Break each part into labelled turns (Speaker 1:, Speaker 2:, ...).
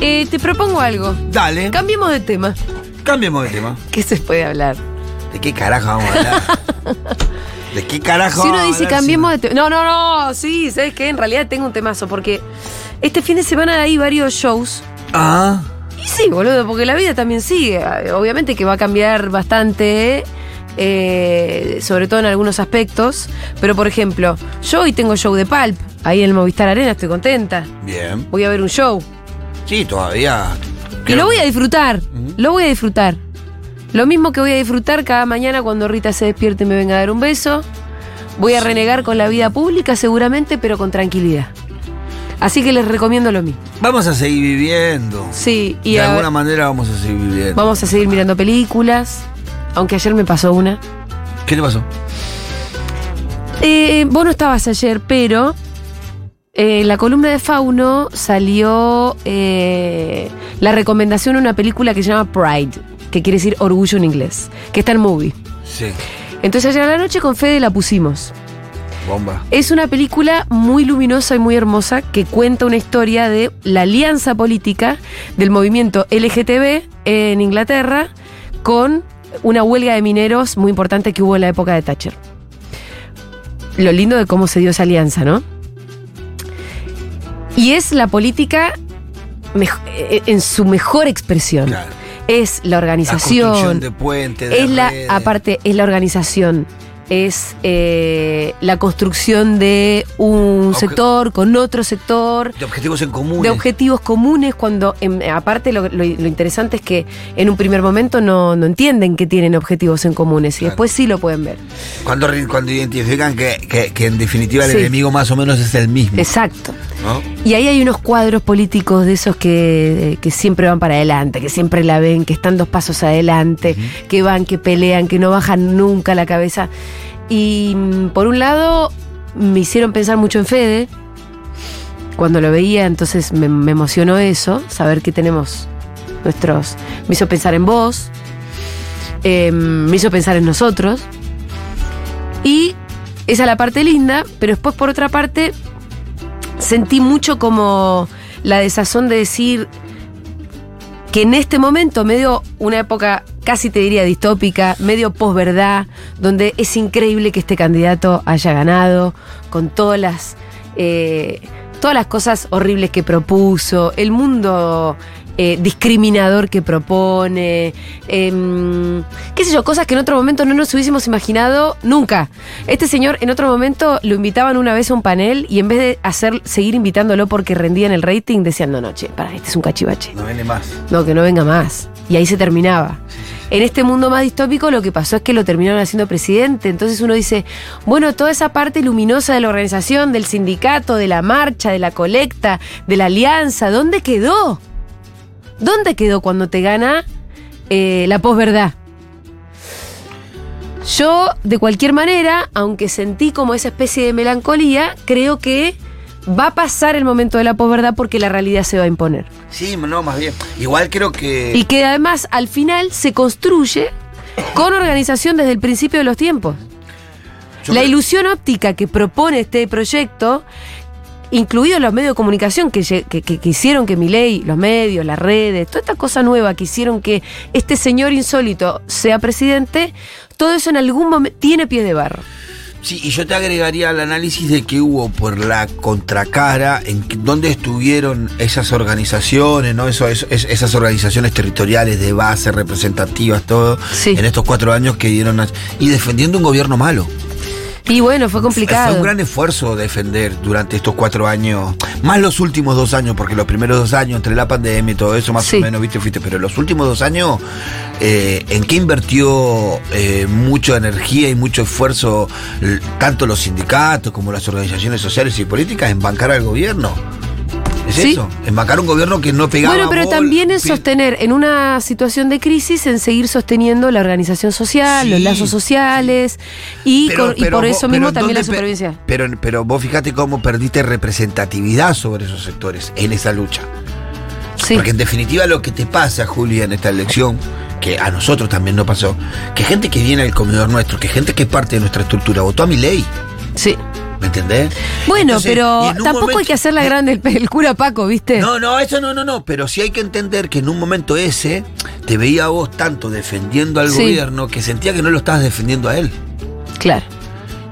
Speaker 1: eh, algo.
Speaker 2: Dale,
Speaker 1: Cambiemos de tema.
Speaker 2: cambiemos de tema.
Speaker 1: ¿Qué se puede hablar?
Speaker 2: ¿De qué carajo vamos a hablar? ¿De qué carajo
Speaker 1: Si uno
Speaker 2: vamos a
Speaker 1: dice
Speaker 2: hablar
Speaker 1: cambiemos de tema. No, no, no. Sí, ¿sabes qué? En realidad tengo un temazo porque este fin de semana hay varios shows.
Speaker 2: si no? Ah,
Speaker 1: Y sí, boludo, porque la vida también sigue. Obviamente que va a cambiar bastante. eh, sobre todo en algunos aspectos. Pero por ejemplo, yo hoy tengo show de Palp. Ahí en el Movistar Arena estoy contenta.
Speaker 2: bien.
Speaker 1: Voy a ver un show.
Speaker 2: Sí, todavía.
Speaker 1: Y
Speaker 2: creo-
Speaker 1: lo voy a disfrutar. Lo voy a disfrutar. Lo mismo que voy a disfrutar cada mañana cuando Rita se despierte y me venga a dar un beso. Voy a renegar con la vida pública seguramente, pero con tranquilidad. Así que les recomiendo lo mismo.
Speaker 2: Vamos a seguir viviendo.
Speaker 1: Sí, y
Speaker 2: de
Speaker 1: a-
Speaker 2: alguna manera vamos a seguir viviendo.
Speaker 1: vamos a seguir mirando películas. Aunque ayer me pasó una.
Speaker 2: ¿Qué te pasó?
Speaker 1: Eh, vos no estabas ayer, pero eh, en la columna de Fauno salió eh, la recomendación de una película que se llama Pride, que quiere decir orgullo en inglés, que está en movie.
Speaker 2: Sí,
Speaker 1: Entonces ayer a la noche con Fede la pusimos.
Speaker 2: bomba.
Speaker 1: Es una película muy luminosa y muy hermosa que cuenta una historia de la alianza política del movimiento LGTB en Inglaterra con una huelga de mineros muy importante que hubo en la época de Thatcher. Lo lindo de cómo se dio esa alianza, ¿no? Y es la política mej- eh, en su mejor expresión.
Speaker 2: Claro.
Speaker 1: Es la
Speaker 2: La
Speaker 1: organización,
Speaker 2: construcción de puentes. de
Speaker 1: es la,
Speaker 2: redes.
Speaker 1: aparte, es la organización, es eh, la construcción de un
Speaker 2: Obje-
Speaker 1: sector con otro sector,
Speaker 2: De objetivos en común.
Speaker 1: de objetivos comunes, cuando em, aparte lo, lo- lo interesante es que en un primer momento no, no entienden que tienen objetivos en comunes y
Speaker 2: Claro.
Speaker 1: después sí lo pueden ver.
Speaker 2: Cuando, re- cuando identifican que, que- que en definitiva el
Speaker 1: Sí.
Speaker 2: enemigo más o menos es el mismo.
Speaker 1: Exacto.
Speaker 2: ¿no?
Speaker 1: Y ahí hay unos cuadros políticos de esos que, que siempre van para adelante, que siempre la ven, que están dos pasos adelante, que van, que pelean, que no bajan nunca la cabeza. Y mm, por un lado, me hicieron pensar mucho en Fede. Cuando lo veía, entonces me, me emocionó eso, saber que tenemos nuestros. Me hizo pensar en vos, em, me hizo pensar en nosotros. Y esa es la parte linda, pero después, por otra parte, sentí mucho como la desazón de decir que en este momento, medio una época casi te diría distópica, medio posverdad, donde es increíble que este candidato haya ganado, con todas las, eh, todas las cosas horribles que propuso, el mundo eh, discriminador que propone, em, qué sé yo, cosas que en otro momento no nos hubiésemos imaginado nunca. Este señor en otro momento lo invitaban una vez a un panel y en vez de hacer, seguir invitándolo porque rendían el rating, decían, no, no, che, para, este es un cachivache.
Speaker 2: No viene más.
Speaker 1: No, que no venga más. Y ahí se terminaba. En este mundo más distópico lo que pasó es que lo terminaron haciendo presidente. Entonces uno dice, bueno, toda esa parte luminosa de la organización, del sindicato, de la marcha, de la colecta, de la alianza, ¿dónde quedó? ¿Dónde quedó cuando te gana eh, la posverdad? Yo, de cualquier manera, aunque sentí como esa especie de melancolía, creo que va a pasar el momento de la posverdad porque la realidad se va a imponer.
Speaker 2: Sí, no, más bien. Igual creo que.
Speaker 1: Y que además al final se construye con organización desde el principio de los tiempos.
Speaker 2: yo
Speaker 1: la
Speaker 2: creo-
Speaker 1: ilusión óptica que propone este proyecto, incluidos los medios de comunicación que, lle- que- que- que hicieron que Milei, los medios, las redes, toda esta cosa nueva que hicieron que este señor insólito sea presidente, todo eso en algún momento tiene pies de barro.
Speaker 2: Sí, y yo te agregaría al análisis de que hubo por la contracara, en que- dónde estuvieron esas organizaciones, ¿no? Eso, eso- es- esas organizaciones territoriales de base, representativas, todo,
Speaker 1: Sí.
Speaker 2: en estos cuatro años que dieron. a- Y defendiendo un gobierno malo.
Speaker 1: Y bueno, fue complicado.
Speaker 2: Fue un gran esfuerzo defender durante estos cuatro años, más los últimos dos años, porque los primeros dos años, entre la pandemia y todo eso, más
Speaker 1: Sí.
Speaker 2: o menos, viste, fuiste, pero los últimos dos años, eh, ¿en qué invirtió eh, mucha energía y mucho esfuerzo l- tanto los sindicatos como las organizaciones sociales y políticas en bancar al gobierno? ¿Es
Speaker 1: Sí.
Speaker 2: eso? En bancar un gobierno que no pegaba
Speaker 1: Bueno, pero
Speaker 2: bol-
Speaker 1: también en
Speaker 2: pi-
Speaker 1: sostener, en una situación de crisis, en seguir sosteniendo la organización social,
Speaker 2: Sí.
Speaker 1: los lazos sociales y,
Speaker 2: Pero-
Speaker 1: con- y
Speaker 2: pero
Speaker 1: por
Speaker 2: vos-
Speaker 1: eso
Speaker 2: pero
Speaker 1: mismo
Speaker 2: ¿en
Speaker 1: también
Speaker 2: dónde
Speaker 1: la
Speaker 2: pe-
Speaker 1: supervivencia.
Speaker 2: Pero, pero vos fijate cómo perdiste representatividad sobre esos sectores en esa lucha.
Speaker 1: Sí.
Speaker 2: Porque en definitiva lo que te pasa, Julia, en esta elección, que a nosotros también nos pasó, que gente que viene al comedor nuestro, que gente que es parte de nuestra estructura, votó a mi ley.
Speaker 1: Sí.
Speaker 2: ¿Me entendés?
Speaker 1: Bueno,
Speaker 2: Entonces,
Speaker 1: pero
Speaker 2: y en un
Speaker 1: tampoco
Speaker 2: momento-
Speaker 1: hay que hacer la grande el, el cura Paco, ¿viste?
Speaker 2: No, no, eso no, no, no. Pero sí hay que entender que en un momento ese te veía a vos tanto defendiendo al
Speaker 1: Sí.
Speaker 2: gobierno que sentía que no lo estabas defendiendo a él.
Speaker 1: Claro.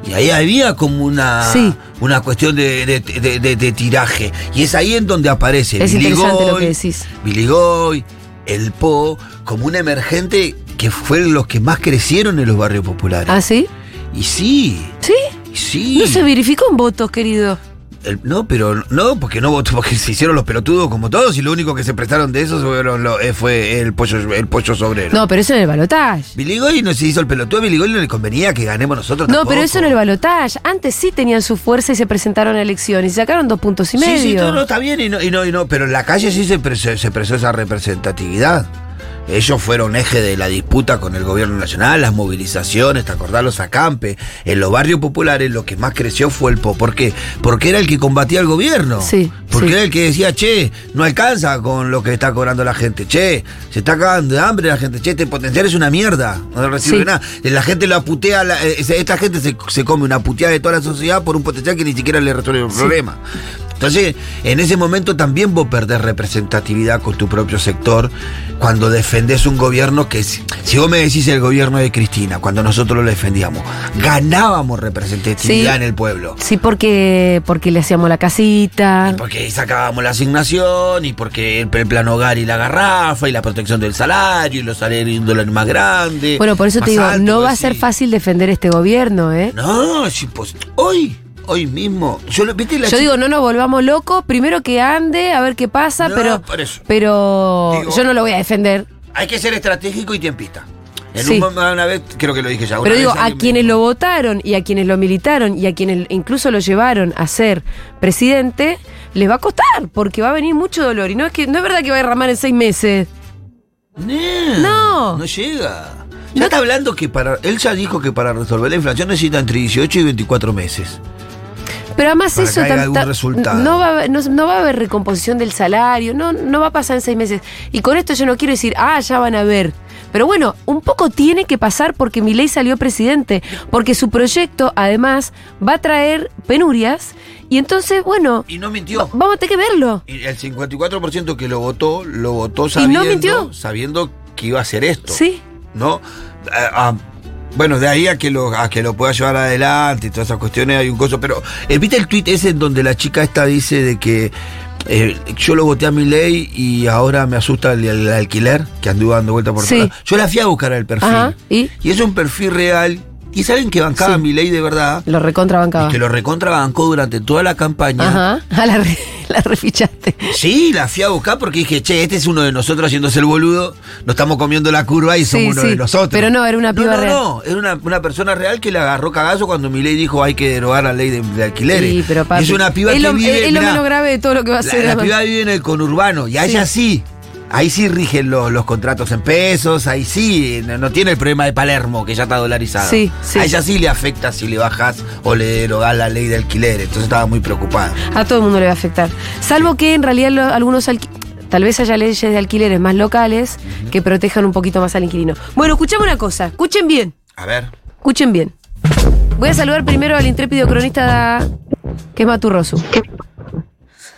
Speaker 2: Y ahí había como una,
Speaker 1: Sí.
Speaker 2: una cuestión de, de- de- de- de tiraje. Y es ahí en donde aparece
Speaker 1: Es
Speaker 2: Billy
Speaker 1: interesante lo
Speaker 2: Goy,
Speaker 1: que decís.
Speaker 2: Billy Goy, el Po, como un emergente que fueron los que más crecieron en los barrios populares.
Speaker 1: ¿Ah, sí?
Speaker 2: Y sí,
Speaker 1: ¿Sí?
Speaker 2: y sí.
Speaker 1: No se verificó en votos, querido.
Speaker 2: El- no, pero no, porque no votó, porque se hicieron los pelotudos como todos y lo único que se prestaron de eso fueron lo- eh, fue el pollo, el pollo sobrero.
Speaker 1: No, pero eso en el balotaje.
Speaker 2: Billy Goy no se hizo el pelotudo, a Billy Goy no le convenía que ganemos nosotros.
Speaker 1: No,
Speaker 2: tampoco.
Speaker 1: pero eso en el balotaje. Antes sí tenían su fuerza y se presentaron a elecciones y sacaron dos puntos y medio.
Speaker 2: Sí, sí, todo no, está bien y no, y no, y no, pero en la calle sí se presó, se presó esa representatividad. Ellos fueron eje de la disputa con el gobierno nacional, las movilizaciones, te acordás los acampes. En los barrios populares lo que más creció fue el PO. ¿Por qué? Porque era el que combatía al gobierno.
Speaker 1: Sí,
Speaker 2: Porque
Speaker 1: sí.
Speaker 2: era el que decía, che, no alcanza con lo que está cobrando la gente. Che, se está cagando de hambre la gente. Che, este potencial es una mierda. No recibe
Speaker 1: Sí.
Speaker 2: nada. La gente la putea, la- eh, esta gente se, se come una puteada de toda la sociedad por un potencial que ni siquiera le resuelve el problema. Entonces, en ese momento también vos perdés representatividad con tu propio sector cuando defendés un gobierno que, si si vos me decís el gobierno de Cristina, cuando nosotros lo defendíamos, ganábamos representatividad
Speaker 1: Sí.
Speaker 2: en el pueblo.
Speaker 1: Sí, porque, porque le hacíamos la casita.
Speaker 2: Porque sacábamos la asignación y porque el, el plan hogar y la garrafa y la protección del salario y los salarios de un dólar más grande.
Speaker 1: Bueno, por eso
Speaker 2: más
Speaker 1: te digo,
Speaker 2: alto,
Speaker 1: no
Speaker 2: vos
Speaker 1: va a ser
Speaker 2: decís.
Speaker 1: fácil defender este gobierno, ¿eh?
Speaker 2: No, es imposible. Hoy, hoy mismo. Yo, lo- ¿viste la
Speaker 1: Yo
Speaker 2: chi-
Speaker 1: digo, no nos volvamos locos, primero que ande, a ver qué pasa,
Speaker 2: No,
Speaker 1: pero,
Speaker 2: por eso.
Speaker 1: pero
Speaker 2: Digo-
Speaker 1: yo no lo voy a defender.
Speaker 2: Hay que ser estratégico y tiempista. En
Speaker 1: Sí.
Speaker 2: un momento, una vez, creo que lo dije ya. una
Speaker 1: Pero digo,
Speaker 2: vez
Speaker 1: a
Speaker 2: alguien me
Speaker 1: quienes
Speaker 2: dijo,
Speaker 1: lo votaron y a quienes lo militaron y a quienes incluso lo llevaron a ser presidente, les va a costar, porque va a venir mucho dolor. Y no es que no es verdad que va a derramar en seis meses.
Speaker 2: No.
Speaker 1: No.
Speaker 2: No llega. Ya está hablando que para. Él ya dijo que para resolver la inflación necesita entre 18 y 24 meses.
Speaker 1: Pero además
Speaker 2: Para que
Speaker 1: eso
Speaker 2: haya
Speaker 1: tam-
Speaker 2: algún
Speaker 1: tam-
Speaker 2: resultado.
Speaker 1: No, va a haber, no, no va a haber recomposición del salario, no, no va a pasar en seis meses. Y con esto yo no quiero decir, ah, ya van a ver. Pero bueno, un poco tiene que pasar porque mi ley salió presidente, porque su proyecto además va a traer penurias y entonces, bueno,
Speaker 2: Y no mintió.
Speaker 1: vamos a tener que verlo.
Speaker 2: Y el 54% que lo votó, lo votó
Speaker 1: Y
Speaker 2: sabiendo,
Speaker 1: no mintió.
Speaker 2: sabiendo que iba a hacer esto.
Speaker 1: Sí.
Speaker 2: ¿No? A- a- bueno, de ahí a que lo a que lo pueda llevar adelante y todas esas cuestiones hay un coso. Pero, eh, ¿viste el tweet ese en donde la chica esta dice de que eh, yo lo voté a mi ley y ahora me asusta el, el alquiler que anduvo dando vuelta por
Speaker 1: Sí.
Speaker 2: todas Yo la fui a buscar al perfil.
Speaker 1: Ajá, ¿y?
Speaker 2: es un perfil real. Y saben que bancaba
Speaker 1: Sí.
Speaker 2: mi ley de verdad.
Speaker 1: Lo recontrabancaba.
Speaker 2: Y que lo recontrabancó durante toda la campaña.
Speaker 1: Ajá, ah, la, re- la refichaste.
Speaker 2: Sí, la fui a buscar porque dije, che, este es uno de nosotros haciéndose el boludo, no estamos comiendo la curva y somos
Speaker 1: Sí,
Speaker 2: uno
Speaker 1: sí,
Speaker 2: de nosotros.
Speaker 1: pero no, era una piba
Speaker 2: no,
Speaker 1: real.
Speaker 2: No, era una, una persona real que le agarró cagazo cuando mi ley dijo hay que derogar la ley de, de alquileres.
Speaker 1: Sí, pero papi,
Speaker 2: es una piba
Speaker 1: es
Speaker 2: que
Speaker 1: lo,
Speaker 2: vive,
Speaker 1: es- es lo
Speaker 2: mirá,
Speaker 1: menos grave de todo lo que va a
Speaker 2: la-
Speaker 1: ser.
Speaker 2: la,
Speaker 1: además.
Speaker 2: piba vive en el conurbano y a
Speaker 1: Sí.
Speaker 2: ella sí. Ahí sí rigen los, los contratos en pesos, ahí sí, no, no tiene el problema de Palermo, que ya está dolarizado.
Speaker 1: Sí, sí.
Speaker 2: A ella sí le afecta si le bajas o le derogás la ley de alquileres, entonces estaba muy preocupada.
Speaker 1: A todo el mundo le va a afectar. Salvo que en realidad lo- algunos alqui- tal vez haya leyes de alquileres más locales que protejan un poquito más al inquilino. Bueno, escuchame una cosa, escuchen bien,
Speaker 2: A ver.
Speaker 1: escuchen bien. Voy a saludar primero al intrépido cronista que es Maturrosu.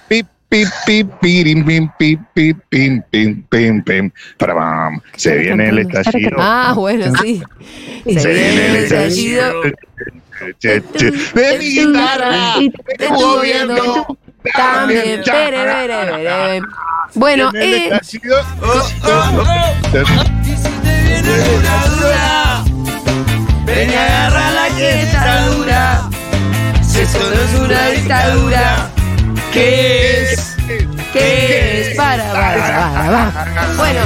Speaker 3: Pip, pip, pip, pirim, pim, pip, pip, pim, pim, pim, pim. Para, pam. Se viene el estallido.
Speaker 1: Ah, bueno, sí.
Speaker 3: Se viene el
Speaker 1: Se
Speaker 3: estallido. Che, che. De mi guitarra.
Speaker 1: De
Speaker 3: De
Speaker 1: tu
Speaker 3: tu
Speaker 1: gobierno.
Speaker 3: gobierno.
Speaker 1: También. Pere, pere, pere. Bueno,
Speaker 3: Viene el
Speaker 1: eh,
Speaker 3: estallido. Oh, oh, oh.
Speaker 1: Ven y agarra la que está dura. Si eso no es una dictadura, ¿qué es? ¿Qué es? Para, para, para, para. Bueno,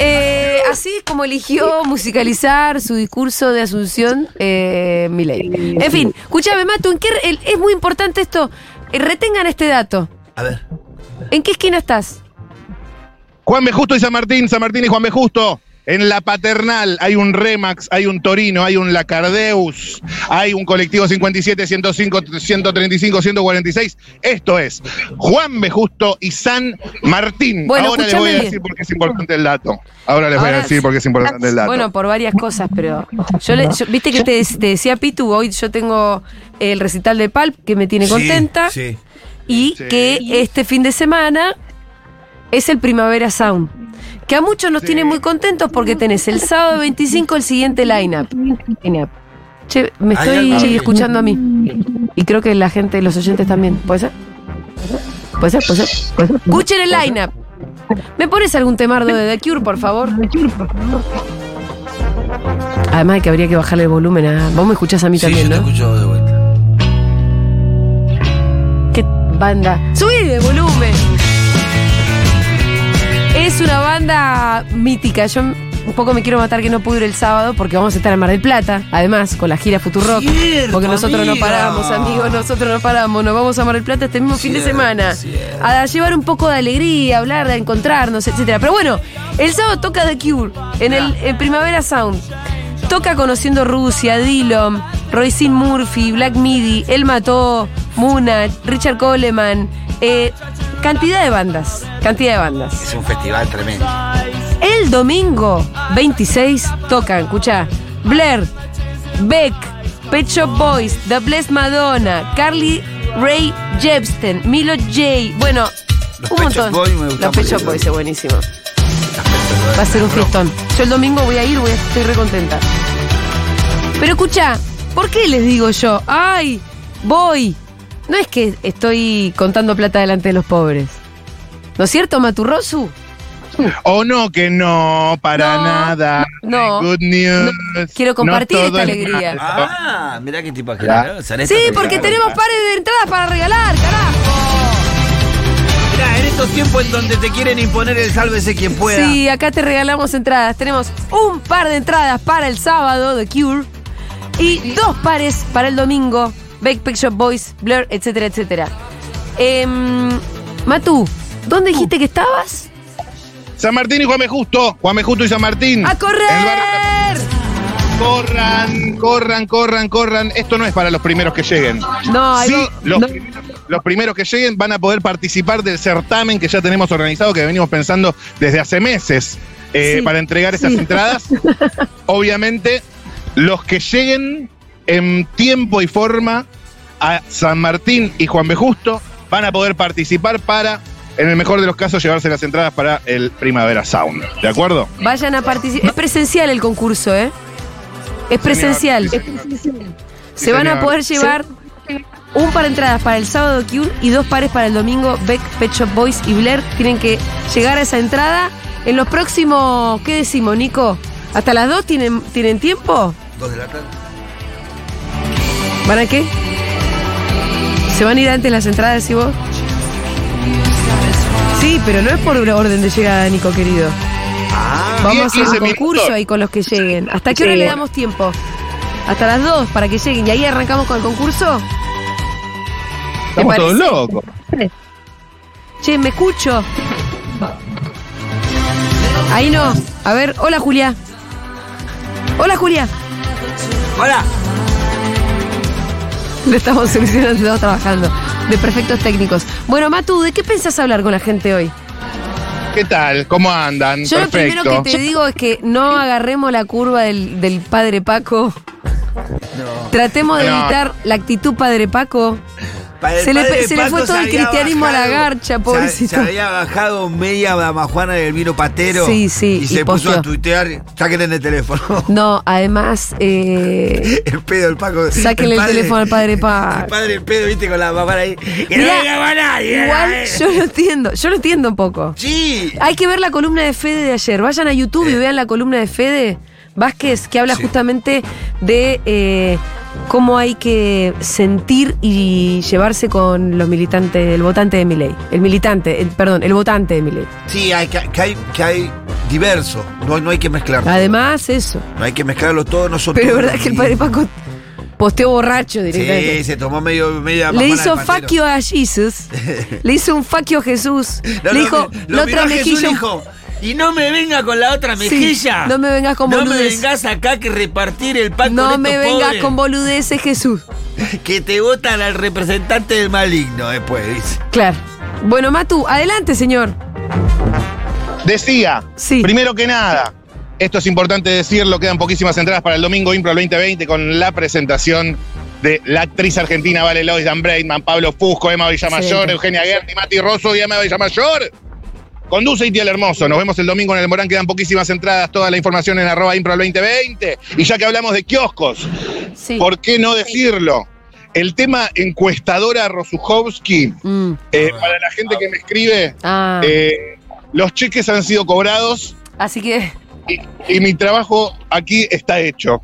Speaker 1: eh, así como eligió musicalizar su discurso de Asunción, eh, Milei. En fin, escúchame, Matu, ¿en qué re- el- es muy importante esto. Eh, retengan este dato.
Speaker 2: A ver.
Speaker 1: ¿En qué esquina estás?
Speaker 3: Juan B. Justo y San Martín, San Martín y Juan B. Justo. En la paternal hay un Remax, hay un Torino, hay un Lacardeus, hay un colectivo 57, 105, 135, 146. Esto es Juan B. Justo y San Martín.
Speaker 1: Bueno,
Speaker 3: Ahora les voy a
Speaker 1: escúchame.
Speaker 3: decir por qué es importante el dato. Ahora les voy
Speaker 1: Ahora
Speaker 3: a decir por qué es importante el dato.
Speaker 1: Bueno, por varias cosas, pero yo, le- yo- viste que te, des- te decía Pitu, hoy yo tengo el recital de Palp que me tiene
Speaker 2: Sí,
Speaker 1: contenta
Speaker 2: Sí.
Speaker 1: y
Speaker 3: Sí.
Speaker 1: que este fin de semana es el Primavera Sound, que a muchos nos
Speaker 3: Sí.
Speaker 1: tiene muy contentos porque tenés el sábado 25 el siguiente lineup. Lineup. Che, me
Speaker 2: Hay
Speaker 1: estoy
Speaker 2: algo ahí.
Speaker 1: escuchando a mí y creo que la gente, los oyentes también, ¿puede ser? ¿Puede ser? ¿Puede ser? ¿Puede ser? Escuchen el lineup. ¿Me pones algún temardo de The Cure, por favor? Además de que habría que bajarle el volumen a... Vos me escuchás a mí
Speaker 2: Sí,
Speaker 1: también,
Speaker 2: yo te
Speaker 1: ¿no?
Speaker 2: escucho de vuelta.
Speaker 1: ¿Qué banda? ¡Subí de volumen! Es una banda mítica. Yo un poco me quiero matar que no pude ir el sábado porque vamos a estar en Mar del Plata. Además, con la gira Futurock.
Speaker 2: Cierto,
Speaker 1: porque nosotros no
Speaker 2: amiga.
Speaker 1: paramos, amigos. Nosotros no paramos. Nos vamos a Mar del Plata este mismo fin de
Speaker 2: Cierto,
Speaker 1: semana.
Speaker 2: cierto.
Speaker 1: A llevar un poco de alegría, a hablar, de encontrarnos, etcétera. Pero bueno, el sábado toca The Cure en el en Primavera Sound. Toca Conociendo Rusia, Dillon, Roisin Murphy, Black Midi, El Mató, Muna, Richard Coleman. eh, cantidad de bandas. Cantidad de bandas.
Speaker 2: Es un festival tremendo.
Speaker 1: El domingo 26 tocan, escucha, Blair, Beck, Pet Shop Boys, The Blessed Madonna, Carly Ray Jepsen, Milo J. Bueno,
Speaker 2: Los
Speaker 1: un
Speaker 2: Pet
Speaker 1: montón.
Speaker 2: Shop Boys me gustan
Speaker 1: Los Pet Shop
Speaker 2: mucho.
Speaker 1: Boys es buenísimo. Va a ser un fiestón. Yo el domingo voy a ir, voy a, estoy re contenta. Pero escucha, ¿por qué les digo yo? ¡Ay! Voy. No es que estoy contando plata delante de los pobres. ¿No es cierto, Maturrosu?
Speaker 3: O no, que no, para
Speaker 1: No,
Speaker 3: nada.
Speaker 1: no.
Speaker 3: Good news.
Speaker 1: Quiero
Speaker 3: No
Speaker 1: compartir
Speaker 3: todo
Speaker 1: esta
Speaker 3: es
Speaker 1: alegría.
Speaker 3: malo.
Speaker 2: Ah, mirá qué tipo que
Speaker 3: Claro.
Speaker 1: Sí, porque tenemos pares de entradas para regalar, carajo.
Speaker 2: Mirá, en estos tiempos en donde te quieren imponer el sálvese quien pueda.
Speaker 1: Sí, acá te regalamos entradas. Tenemos un par de entradas para el sábado de Cure y dos pares para el domingo. Bake Pet Shop Boys, Blur, etcétera, etcétera. Em, Matu, ¿dónde dijiste que estabas?
Speaker 3: San Martín y Juan B. Justo. Juan B. Justo y San Martín.
Speaker 1: ¡A
Speaker 3: El barrio-
Speaker 1: correr!
Speaker 3: Corran, corran, corran, corran. Esto no es para los primeros que lleguen.
Speaker 1: No, ahí
Speaker 3: Sí,
Speaker 1: va-
Speaker 3: los,
Speaker 1: no.
Speaker 3: primeros, los primeros que lleguen van a poder participar del certamen que ya tenemos organizado, que venimos pensando desde hace meses eh,
Speaker 1: Sí,
Speaker 3: para entregar esas
Speaker 1: sí.
Speaker 3: entradas. Obviamente, los que lleguen en tiempo y forma a San Martín y Juan B. Justo van a poder participar para, en el mejor de los casos, llevarse las entradas para el Primavera Sound. ¿De acuerdo?
Speaker 1: Vayan a participar. Es presencial el concurso, ¿eh? Es presencial.
Speaker 3: sí, señor.
Speaker 1: Se van a
Speaker 3: señor.
Speaker 1: poder llevar un par de entradas para el sábado de Cure y dos pares para el domingo. Beck, Pet Shop Boys y Blair tienen que llegar a esa entrada. En los próximos, ¿qué decimos, Nico? ¿Hasta las dos tienen, tienen tiempo?
Speaker 2: Dos de la tarde.
Speaker 1: ¿Van a qué? ¿Se van a ir antes las entradas y vos? Sí, pero no es por orden de llegada, Nico, querido. Vamos a
Speaker 3: 10,
Speaker 1: hacer un
Speaker 3: 15
Speaker 1: concurso
Speaker 3: Ah, minutos.
Speaker 1: ahí con los que lleguen. ¿Hasta qué hora le damos tiempo? Hasta las dos para que lleguen. ¿Y ahí arrancamos con el concurso?
Speaker 3: Estamos todos
Speaker 1: parece?
Speaker 3: locos.
Speaker 1: Che, me escucho. Ahí no. A ver, hola Julia. Hola Julia.
Speaker 2: Hola.
Speaker 1: Le estamos solucionando, estamos trabajando. De perfectos técnicos. Bueno, Matu, ¿de qué pensás hablar con la gente hoy?
Speaker 3: ¿Qué tal? ¿Cómo andan?
Speaker 1: Yo
Speaker 3: Perfecto.
Speaker 1: lo primero que te digo es que no agarremos la curva del, del padre Paco. Tratemos de
Speaker 3: No.
Speaker 1: evitar la actitud padre Paco.
Speaker 2: Pa- el
Speaker 1: Se le
Speaker 2: padre
Speaker 1: pe- se le
Speaker 2: Paco
Speaker 1: fue todo el
Speaker 2: había
Speaker 1: cristianismo a la garcha,
Speaker 2: se ha-
Speaker 1: pobrecito.
Speaker 2: Se, había bajado media damajuana del vino patero.
Speaker 1: Sí, sí,
Speaker 2: Y,
Speaker 1: y
Speaker 2: se puso
Speaker 1: posteó.
Speaker 2: a tuitear, saquen el teléfono.
Speaker 1: No, además, eh,
Speaker 2: El pedo del Paco.
Speaker 1: Sáquenle el
Speaker 2: padre-
Speaker 1: teléfono al padre Paco.
Speaker 2: El padre pedo, viste, con la mamá ahí. Que
Speaker 1: Mirá,
Speaker 2: no llegaba a nadie.
Speaker 1: igual
Speaker 2: eh.
Speaker 1: yo lo entiendo, yo lo entiendo un poco.
Speaker 2: Sí. Eh.
Speaker 1: Hay que ver la columna de Fede de ayer. Vayan a YouTube y vean la columna de Fede Vázquez, que habla
Speaker 2: Sí.
Speaker 1: justamente de eh, cómo hay que sentir y llevarse con los militantes, el votante de Milei. El militante, el- perdón, el votante de Milei.
Speaker 2: Sí, hay que, que hay, que hay diverso. No, no hay que mezclarlo.
Speaker 1: Además, eso.
Speaker 2: No hay que mezclarlo todos nosotros.
Speaker 1: Ah. Pero verdad que el padre Paco posteó borracho directamente.
Speaker 2: Sí, se tomó medio, media
Speaker 1: Le
Speaker 2: mamana
Speaker 1: hizo
Speaker 2: del patero.
Speaker 1: fuck you a Jesus. Le hizo un fuck you a Jesús.
Speaker 2: No, lo
Speaker 1: le dijo,
Speaker 2: mi- lo
Speaker 1: la
Speaker 2: miró
Speaker 1: otra
Speaker 2: a Jesús, le
Speaker 1: mejilla.
Speaker 2: dijo,
Speaker 4: Y no me venga con la otra
Speaker 1: Sí,
Speaker 4: mejilla.
Speaker 1: no me vengas con
Speaker 4: No me
Speaker 1: boludeces.
Speaker 4: vengas acá que repartir el pan
Speaker 1: No
Speaker 4: con
Speaker 1: me
Speaker 4: estos
Speaker 1: vengas
Speaker 4: pobres
Speaker 1: con boludeces, Jesús.
Speaker 4: Que te votan al representante del maligno después, dice.
Speaker 1: Claro. Bueno, Matu, adelante, señor.
Speaker 3: Decía,
Speaker 1: Sí.
Speaker 3: primero que nada, esto es importante decirlo, quedan poquísimas entradas para el domingo Impro 2020 con la presentación de la actriz argentina Vale Lois Dan Braidman, Pablo Fusco, Emma Villamayor,
Speaker 1: Excelente.
Speaker 3: Eugenia Gerti, Mati Rosso y Emma Villamayor. Conduce Itiel Hermoso. Nos vemos el domingo en el Morán. Quedan poquísimas entradas. Toda la información en arroba impro 2020. Y ya que hablamos de kioscos,
Speaker 1: Sí.
Speaker 3: ¿por qué no decirlo? El tema encuestadora Rosuchowski,
Speaker 1: Mm.
Speaker 3: eh, para la gente que me escribe,
Speaker 1: Ah,
Speaker 3: eh, los cheques han sido cobrados
Speaker 1: así que
Speaker 3: y, y mi trabajo aquí está hecho.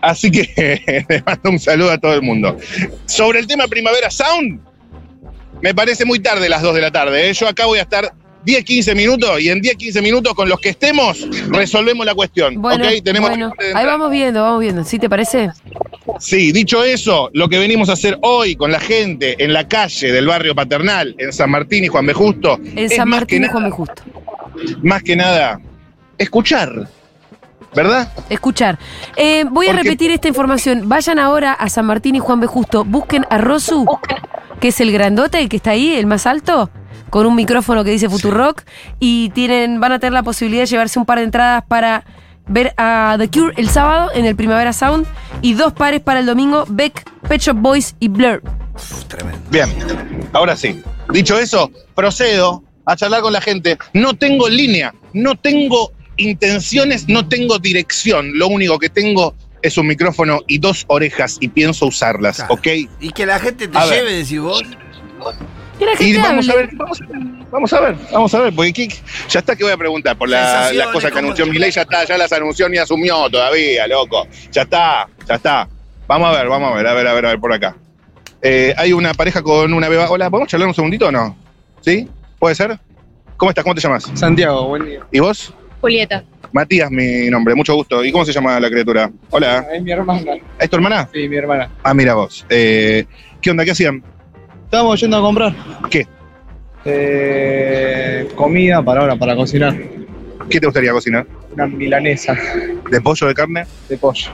Speaker 3: Así que le mando un saludo a todo el mundo. Sobre el tema Primavera Sound, me parece muy tarde las 2 de la tarde. ¿eh? Yo acá voy a estar 10, 15 minutos y en 10, 15 minutos con los que estemos resolvemos la cuestión.
Speaker 1: bueno,
Speaker 3: ¿ok? Tenemos
Speaker 1: bueno.
Speaker 3: que-
Speaker 1: ahí vamos viendo, vamos viendo. ¿Sí te parece?
Speaker 3: Sí, dicho eso, lo que venimos a hacer hoy con la gente en la calle del barrio paternal, en San Martín y Juan B. Justo,
Speaker 1: En
Speaker 3: es
Speaker 1: San
Speaker 3: más
Speaker 1: Martín
Speaker 3: que
Speaker 1: y
Speaker 3: nada-
Speaker 1: Juan B. Justo.
Speaker 3: más que nada escuchar, ¿verdad?
Speaker 1: Escuchar. Eh, voy a
Speaker 3: Porque-
Speaker 1: repetir esta información. Vayan ahora a San Martín y Juan B. Justo. Busquen a Rosu, que es el grandote, el que está ahí, el más alto, con un micrófono que dice Futurock. Y tienen, van a tener la posibilidad de llevarse un par de entradas para ver a The Cure el sábado en el Primavera Sound. Y dos pares para el domingo, Beck, Pet Shop Boys y Blur.
Speaker 2: Tremendo.
Speaker 3: Bien, ahora sí. Dicho eso, procedo a charlar con la gente. No tengo línea, no tengo intenciones, no tengo dirección. Lo único que tengo es un micrófono y dos orejas y pienso usarlas,
Speaker 2: Claro.
Speaker 3: ¿ok?
Speaker 2: Y que la gente te
Speaker 3: A ver.
Speaker 2: lleve, decís vos.
Speaker 1: Y la
Speaker 3: Y
Speaker 1: gente
Speaker 3: vamos a
Speaker 1: hable.
Speaker 3: ver, vamos a ver, vamos a ver, vamos a ver, porque ¿qué- ya está que voy a preguntar por la,
Speaker 2: Sensaciones,
Speaker 3: la cosa que
Speaker 2: ¿cómo?
Speaker 3: anunció Milei, ya está, ya las anunció ni asumió todavía, loco. Ya está, ya está. Vamos a ver, vamos a ver, a ver, a ver, a ver, por acá. Eh, hay una pareja con una beba. Hola, ¿podemos charlar un segundito o no? ¿Sí? ¿Puede ser? ¿Cómo estás? ¿Cómo te llamas?
Speaker 5: Santiago, buen día.
Speaker 3: ¿Y vos?
Speaker 6: Julieta.
Speaker 3: Matías, mi nombre, mucho gusto. ¿Y cómo se llama la criatura? Hola,
Speaker 5: Es mi hermana.
Speaker 3: ¿es tu hermana?
Speaker 5: Sí, mi hermana.
Speaker 3: Ah, mira vos. Eh, ¿Qué onda? ¿Qué hacían?
Speaker 5: Estábamos yendo a comprar.
Speaker 3: ¿Qué?
Speaker 5: Eh, comida para ahora, para cocinar.
Speaker 3: ¿Qué te gustaría cocinar?
Speaker 5: Una milanesa
Speaker 3: ¿De pollo, de carne?
Speaker 5: de pollo.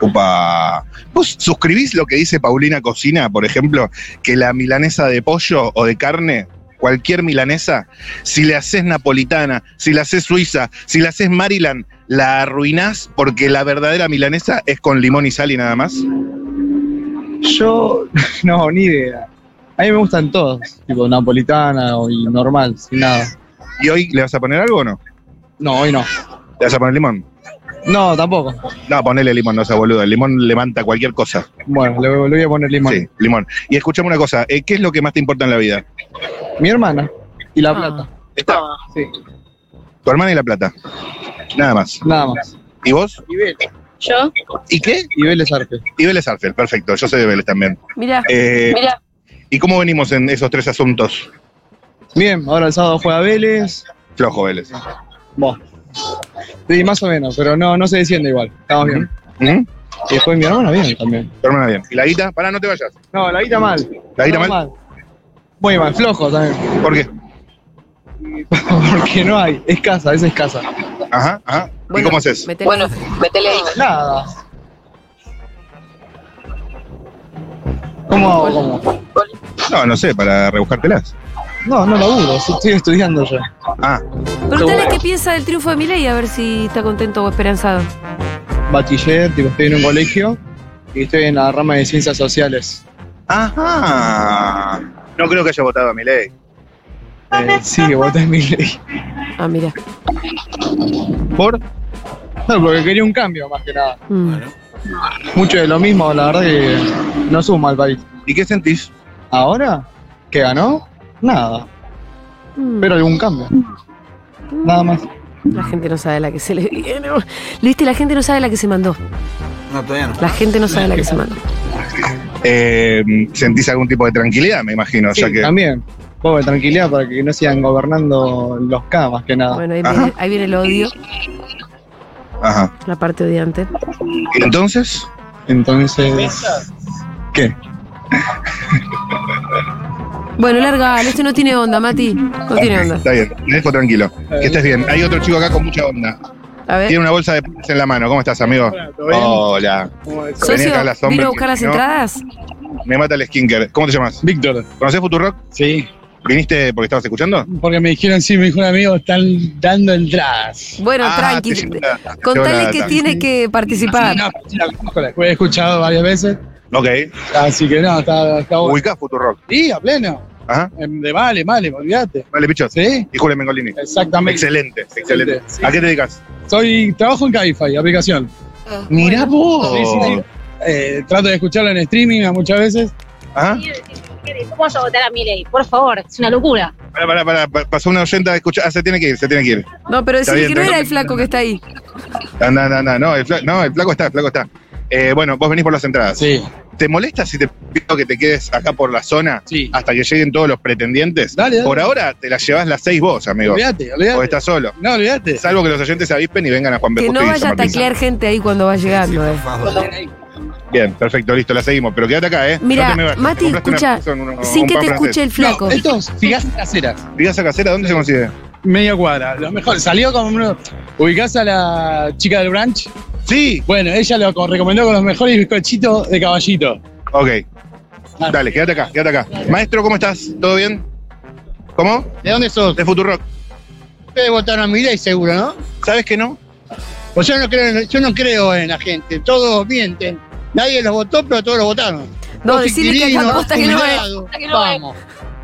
Speaker 3: Upa. ¿Vos suscribís lo que dice Paulina Cocina, por ejemplo, que la milanesa de pollo o de carne, cualquier milanesa, si le haces napolitana, si la haces suiza, si la haces Maryland, la arruinás porque la verdadera milanesa es con limón y sal y nada más?
Speaker 5: Yo, no, ni idea. A mí me gustan todos, tipo napolitana o y normal, sin nada.
Speaker 3: ¿Y hoy le vas a poner algo o no?
Speaker 5: No, hoy no.
Speaker 3: ¿Le vas a poner limón?
Speaker 5: No, tampoco.
Speaker 3: No, ponele limón, no seas boludo. El limón levanta cualquier cosa.
Speaker 5: Bueno, le, le voy a poner limón.
Speaker 3: Sí, limón. Y escuchame una cosa, eh, ¿qué es lo que más te importa en la vida?
Speaker 5: Mi hermana y la
Speaker 1: Ah.
Speaker 5: plata.
Speaker 3: Está.
Speaker 5: Sí,
Speaker 3: Tu hermana y la plata. Nada más.
Speaker 5: nada más.
Speaker 3: ¿Y vos?
Speaker 5: Y Vélez.
Speaker 6: ¿Yo?
Speaker 3: ¿Y qué?
Speaker 5: Y Vélez Arpe.
Speaker 3: Y Vélez Arfield, perfecto. Yo soy de Vélez también.
Speaker 1: Mirá,
Speaker 3: Eh,
Speaker 6: Mira,
Speaker 3: ¿Y cómo venimos en esos tres asuntos?
Speaker 5: Bien, ahora el sábado juega Vélez.
Speaker 3: Flojo, Vélez.
Speaker 5: Vos. Sí, más o menos, pero no, no se desciende igual. Estamos bien.
Speaker 3: ¿Mm?
Speaker 5: Y después mi hermana bien también.
Speaker 3: Tu hermana bien. ¿Y la guita? Pará, no te vayas.
Speaker 5: No, la guita mal.
Speaker 3: ¿La guita
Speaker 5: No,
Speaker 3: mal?
Speaker 5: Muy mal, flojo también.
Speaker 3: ¿Por qué?
Speaker 5: Porque no hay, escasa, es escasa.
Speaker 3: Ajá, ajá. ¿Y
Speaker 1: Bueno,
Speaker 3: cómo haces?
Speaker 1: metele.
Speaker 6: bueno, metele ahí.
Speaker 5: Nada. ¿Cómo hago? ¿Cómo?
Speaker 3: No, no sé, para rebuscártelas.
Speaker 5: No, no laburo, sí, estoy estudiando yo.
Speaker 3: Ah,
Speaker 1: Preguntale qué piensa del triunfo de Milei a ver si está contento o esperanzado.
Speaker 5: Bachiller, tipo, estoy en un colegio y estoy en la rama de ciencias sociales.
Speaker 3: ajá. No creo que haya votado a mi ley.
Speaker 5: Eh, sí, que voté en mi ley.
Speaker 1: Ah, mirá.
Speaker 3: ¿Por?
Speaker 5: No, porque quería un cambio más que nada.
Speaker 1: Mm.
Speaker 5: Mucho de lo mismo, la verdad que no suma al país.
Speaker 3: ¿Y qué sentís?
Speaker 5: Ahora, ¿qué ganó? Nada.
Speaker 1: Mm.
Speaker 5: Pero algún cambio. Nada más.
Speaker 1: La gente no sabe la que se le viene. Viste, la gente no sabe la que se mandó.
Speaker 2: No, todavía no.
Speaker 1: La gente no sabe la que se mandó.
Speaker 3: Eh, ¿Sentís algún tipo de tranquilidad, me imagino?
Speaker 5: Sí,
Speaker 3: ya que...
Speaker 5: también. Un poco de tranquilidad para que no sigan gobernando los K más que nada.
Speaker 1: Bueno, ahí
Speaker 3: Ajá.
Speaker 1: viene, ahí viene el odio,
Speaker 3: Ajá.
Speaker 1: la parte odiante.
Speaker 3: ¿Y entonces?
Speaker 5: Entonces. ¿Qué?
Speaker 1: Bueno, larga, este no tiene onda, Mati. No tiene
Speaker 3: Ok,
Speaker 1: onda.
Speaker 3: Está bien, te dejo tranquilo. Que estés bien. Hay otro chico acá con mucha onda.
Speaker 1: A ver.
Speaker 3: Tiene una bolsa de papas en la mano. ¿Cómo estás, amigo? Hola.
Speaker 1: Socio,
Speaker 3: acá a la sombra,
Speaker 1: ¿vino a buscar las
Speaker 3: ¿no?
Speaker 1: entradas?
Speaker 3: Me mata el skinker. ¿Cómo te llamas?
Speaker 7: Víctor,
Speaker 3: ¿Conocés Futurock?
Speaker 7: sí.
Speaker 3: ¿Viniste porque estabas escuchando?
Speaker 7: Porque me dijeron, sí, me dijo un amigo, están dando entradas.
Speaker 1: Bueno,
Speaker 3: Ah,
Speaker 1: tranqui.
Speaker 3: te llegó la- te llegó
Speaker 1: Contale
Speaker 3: la
Speaker 1: que
Speaker 3: data.
Speaker 1: tiene que participar.
Speaker 7: No, sí, la conozco, la he escuchado varias veces,
Speaker 3: Ok.
Speaker 7: así que no, está, está bueno.
Speaker 3: Ubicás Futurock.
Speaker 7: Sí, a pleno.
Speaker 3: Ajá.
Speaker 7: Em, De vale, vale, olvídate.
Speaker 3: Vale, pichos.
Speaker 7: Sí,
Speaker 3: Y Julio Mengolini.
Speaker 7: exactamente.
Speaker 3: Excelente, excelente.
Speaker 7: Sí.
Speaker 3: ¿A qué te dedicas?
Speaker 7: Soy, trabajo en Cabify, aplicación.
Speaker 1: Ah,
Speaker 3: Mirá vos.
Speaker 7: Sí, sí, sí. Eh, trato de escucharlo en streaming a muchas veces.
Speaker 3: Ajá.
Speaker 8: ¿Cómo vas a votar a Milei? Por favor, es una locura.
Speaker 3: Pará, pará, pará. pa- Pasó una oyenta a escuchar. Ah, se tiene que ir, se tiene que ir.
Speaker 1: No, pero
Speaker 3: Está
Speaker 1: decir
Speaker 3: bien,
Speaker 1: que no
Speaker 3: está
Speaker 1: era
Speaker 3: bien.
Speaker 1: el flaco que está ahí.
Speaker 3: Anda, anda, anda. Ah, No, el flaco, no, el flaco está, el flaco está. Eh, bueno, vos venís por las entradas.
Speaker 7: Sí,
Speaker 3: ¿Te molesta si te pido que te quedes acá por la zona
Speaker 7: sí.
Speaker 3: hasta que lleguen todos los pretendientes?
Speaker 7: Dale, dale.
Speaker 3: Por ahora te las llevas las seis vos, amigo.
Speaker 7: Olvídate,
Speaker 3: O
Speaker 7: olvídate.
Speaker 3: estás solo.
Speaker 7: No, olvídate.
Speaker 3: Salvo que los oyentes se avispen y vengan a Juan
Speaker 1: Que
Speaker 3: Bejusto
Speaker 1: no
Speaker 3: y
Speaker 1: vaya
Speaker 3: San
Speaker 1: a
Speaker 3: Martín.
Speaker 1: taclear gente ahí cuando va llegando. eh.
Speaker 3: Bien, perfecto, listo, la seguimos. Pero quédate acá, ¿eh?
Speaker 1: Mira,
Speaker 3: No te me vayas.
Speaker 1: Mati,
Speaker 3: Te compraste una
Speaker 1: escucha,
Speaker 3: pizza en un-
Speaker 1: Sin
Speaker 3: un
Speaker 1: que
Speaker 3: pan
Speaker 1: te
Speaker 3: francés.
Speaker 1: escuche el flaco.
Speaker 7: No, estos figas caseras,
Speaker 3: Figasa casera, ¿dónde se consigue?
Speaker 7: media cuadra. Lo mejor, salió como uno. Ubicás a la chica del branch.
Speaker 3: Sí.
Speaker 7: Bueno, ella lo co- recomendó con los mejores bizcochitos de caballito.
Speaker 3: Ok.
Speaker 7: Ah.
Speaker 3: Dale, quédate acá, quédate acá. Maestro, ¿cómo estás? ¿Todo bien? ¿Cómo?
Speaker 6: ¿De dónde sos?
Speaker 3: De Futurock.
Speaker 6: Ustedes votaron a mi ley seguro, ¿no?
Speaker 3: ¿Sabes que no?
Speaker 6: Pues yo no creo, en- yo no creo en la gente, todos mienten. Nadie los votó, pero todos los votaron.
Speaker 1: No,
Speaker 6: Vos,
Speaker 1: decirle que
Speaker 6: inquilino,
Speaker 1: acá
Speaker 6: vos,
Speaker 1: posta que no es.
Speaker 6: jubilado.
Speaker 8: que no
Speaker 6: Vamos.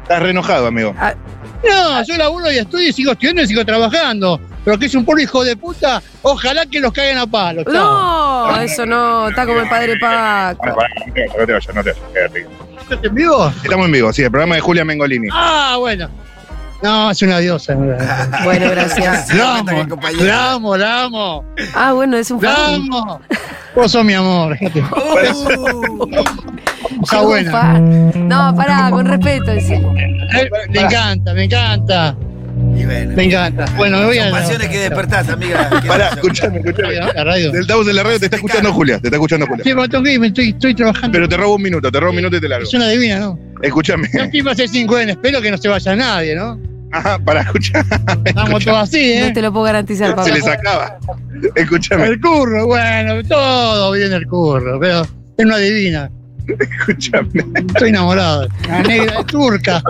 Speaker 3: Estás re enojado, amigo.
Speaker 1: Ah.
Speaker 6: No, yo laburo y estudio y sigo estudiando y sigo trabajando. Pero que es un puro hijo de puta, ojalá que los caigan a palos. chao.
Speaker 1: No, eso no, está como el padre Paco.
Speaker 3: Pará, pará, no te vayas, no te vayas, no te vayas, quédate.
Speaker 6: ¿Estás en vivo?
Speaker 3: Estamos en vivo, sí, el programa de Julia Mengolini.
Speaker 6: Ah, bueno. No, es una diosa.
Speaker 1: Bueno, gracias.
Speaker 6: La amo, la amo, la amo,
Speaker 1: Ah, bueno, es un
Speaker 6: la
Speaker 1: fan. Uh.
Speaker 6: amo. Vos sos mi amor. fíjate. Está
Speaker 1: Es un
Speaker 6: buena.
Speaker 1: fan. No, pará, con respeto. decime.
Speaker 6: Eh, Me encanta, me encanta,
Speaker 2: Y bueno,
Speaker 6: me encanta. Bueno, me voy a
Speaker 2: son
Speaker 6: la,
Speaker 2: pasiones que despertás, amiga.
Speaker 3: Pará, escuchame, escuchame.
Speaker 6: radio- ¿Ah? la radio.
Speaker 3: Del Taus de la radio te está escuchando Julia, te está escuchando Julia.
Speaker 6: Sí, me tengo que ir, me estoy, estoy trabajando.
Speaker 3: Pero te robo un minuto, te robo un minuto y te largo.
Speaker 6: es una divina, ¿no?
Speaker 3: Escúchame.
Speaker 6: Yo estoy para hacer 5 N, espero que no se vaya nadie, ¿no?
Speaker 3: Ajá, para escuchar.
Speaker 6: Vamos todos así,
Speaker 1: No
Speaker 6: ¿eh?
Speaker 1: te lo puedo garantizar, Paco.
Speaker 3: Se le sacaba. Escúchame,
Speaker 6: El curro, bueno, todo bien el curro, pero es una divina.
Speaker 3: escúchame.
Speaker 6: Estoy enamorado. La negra es turca.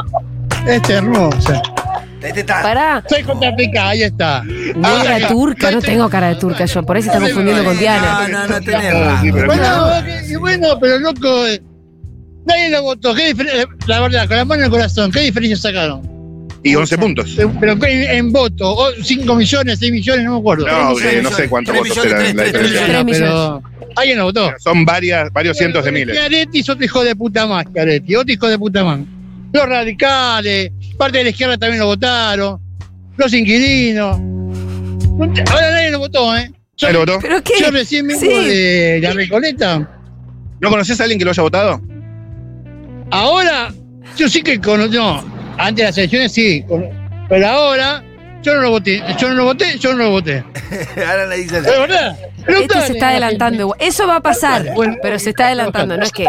Speaker 6: Es hermosa.
Speaker 2: Este está-
Speaker 1: Pará,
Speaker 6: Soy contrapicada, ahí está. Ah,
Speaker 1: negra turca, no tengo cara de turca yo, por ahí se está confundiendo con Diana. Ah,
Speaker 2: No, no, no tenés
Speaker 3: Sí,
Speaker 2: rango.
Speaker 3: pero-
Speaker 6: Bueno, y bueno, pero loco, eh, nadie lo votó. ¿Qué diferen- la verdad, con la mano en el corazón, ¿qué diferencia sacaron?
Speaker 3: Y 11 puntos.
Speaker 6: Eh, Pero en, en voto, 5 millones, 6 millones, no me acuerdo.
Speaker 3: No,
Speaker 2: millones,
Speaker 3: eh, no sé cuántos
Speaker 2: tres
Speaker 3: votos
Speaker 2: millones,
Speaker 3: eran la
Speaker 2: tres, tres,
Speaker 3: diferencia.
Speaker 1: Tres millones.
Speaker 6: Pero alguien lo votó.
Speaker 3: Son varias, varios cientos de miles.
Speaker 6: Chiaretti es otro hijo de puta más, Chiaretti, otro hijo de puta más. Los radicales, parte de la izquierda también lo votaron, los inquilinos. Ahora nadie lo votó, ¿eh? Yo,
Speaker 3: ¿Nadie lo votó?
Speaker 1: ¿Pero
Speaker 6: yo
Speaker 1: qué?
Speaker 6: recién vengo
Speaker 1: Sí.
Speaker 6: de la Recoleta.
Speaker 3: ¿No conoces a alguien que lo haya votado?
Speaker 6: Ahora, yo sí que conozco, no, antes de las elecciones sí, con- pero ahora yo no lo voté, yo no lo voté, yo no lo voté.
Speaker 2: Ahora le dice
Speaker 6: ¿De
Speaker 3: Eh,
Speaker 6: verdad?
Speaker 1: Este se está adelantando.
Speaker 6: adelantando
Speaker 1: igual. Eso va a pasar, pero se está adelantando, no es que.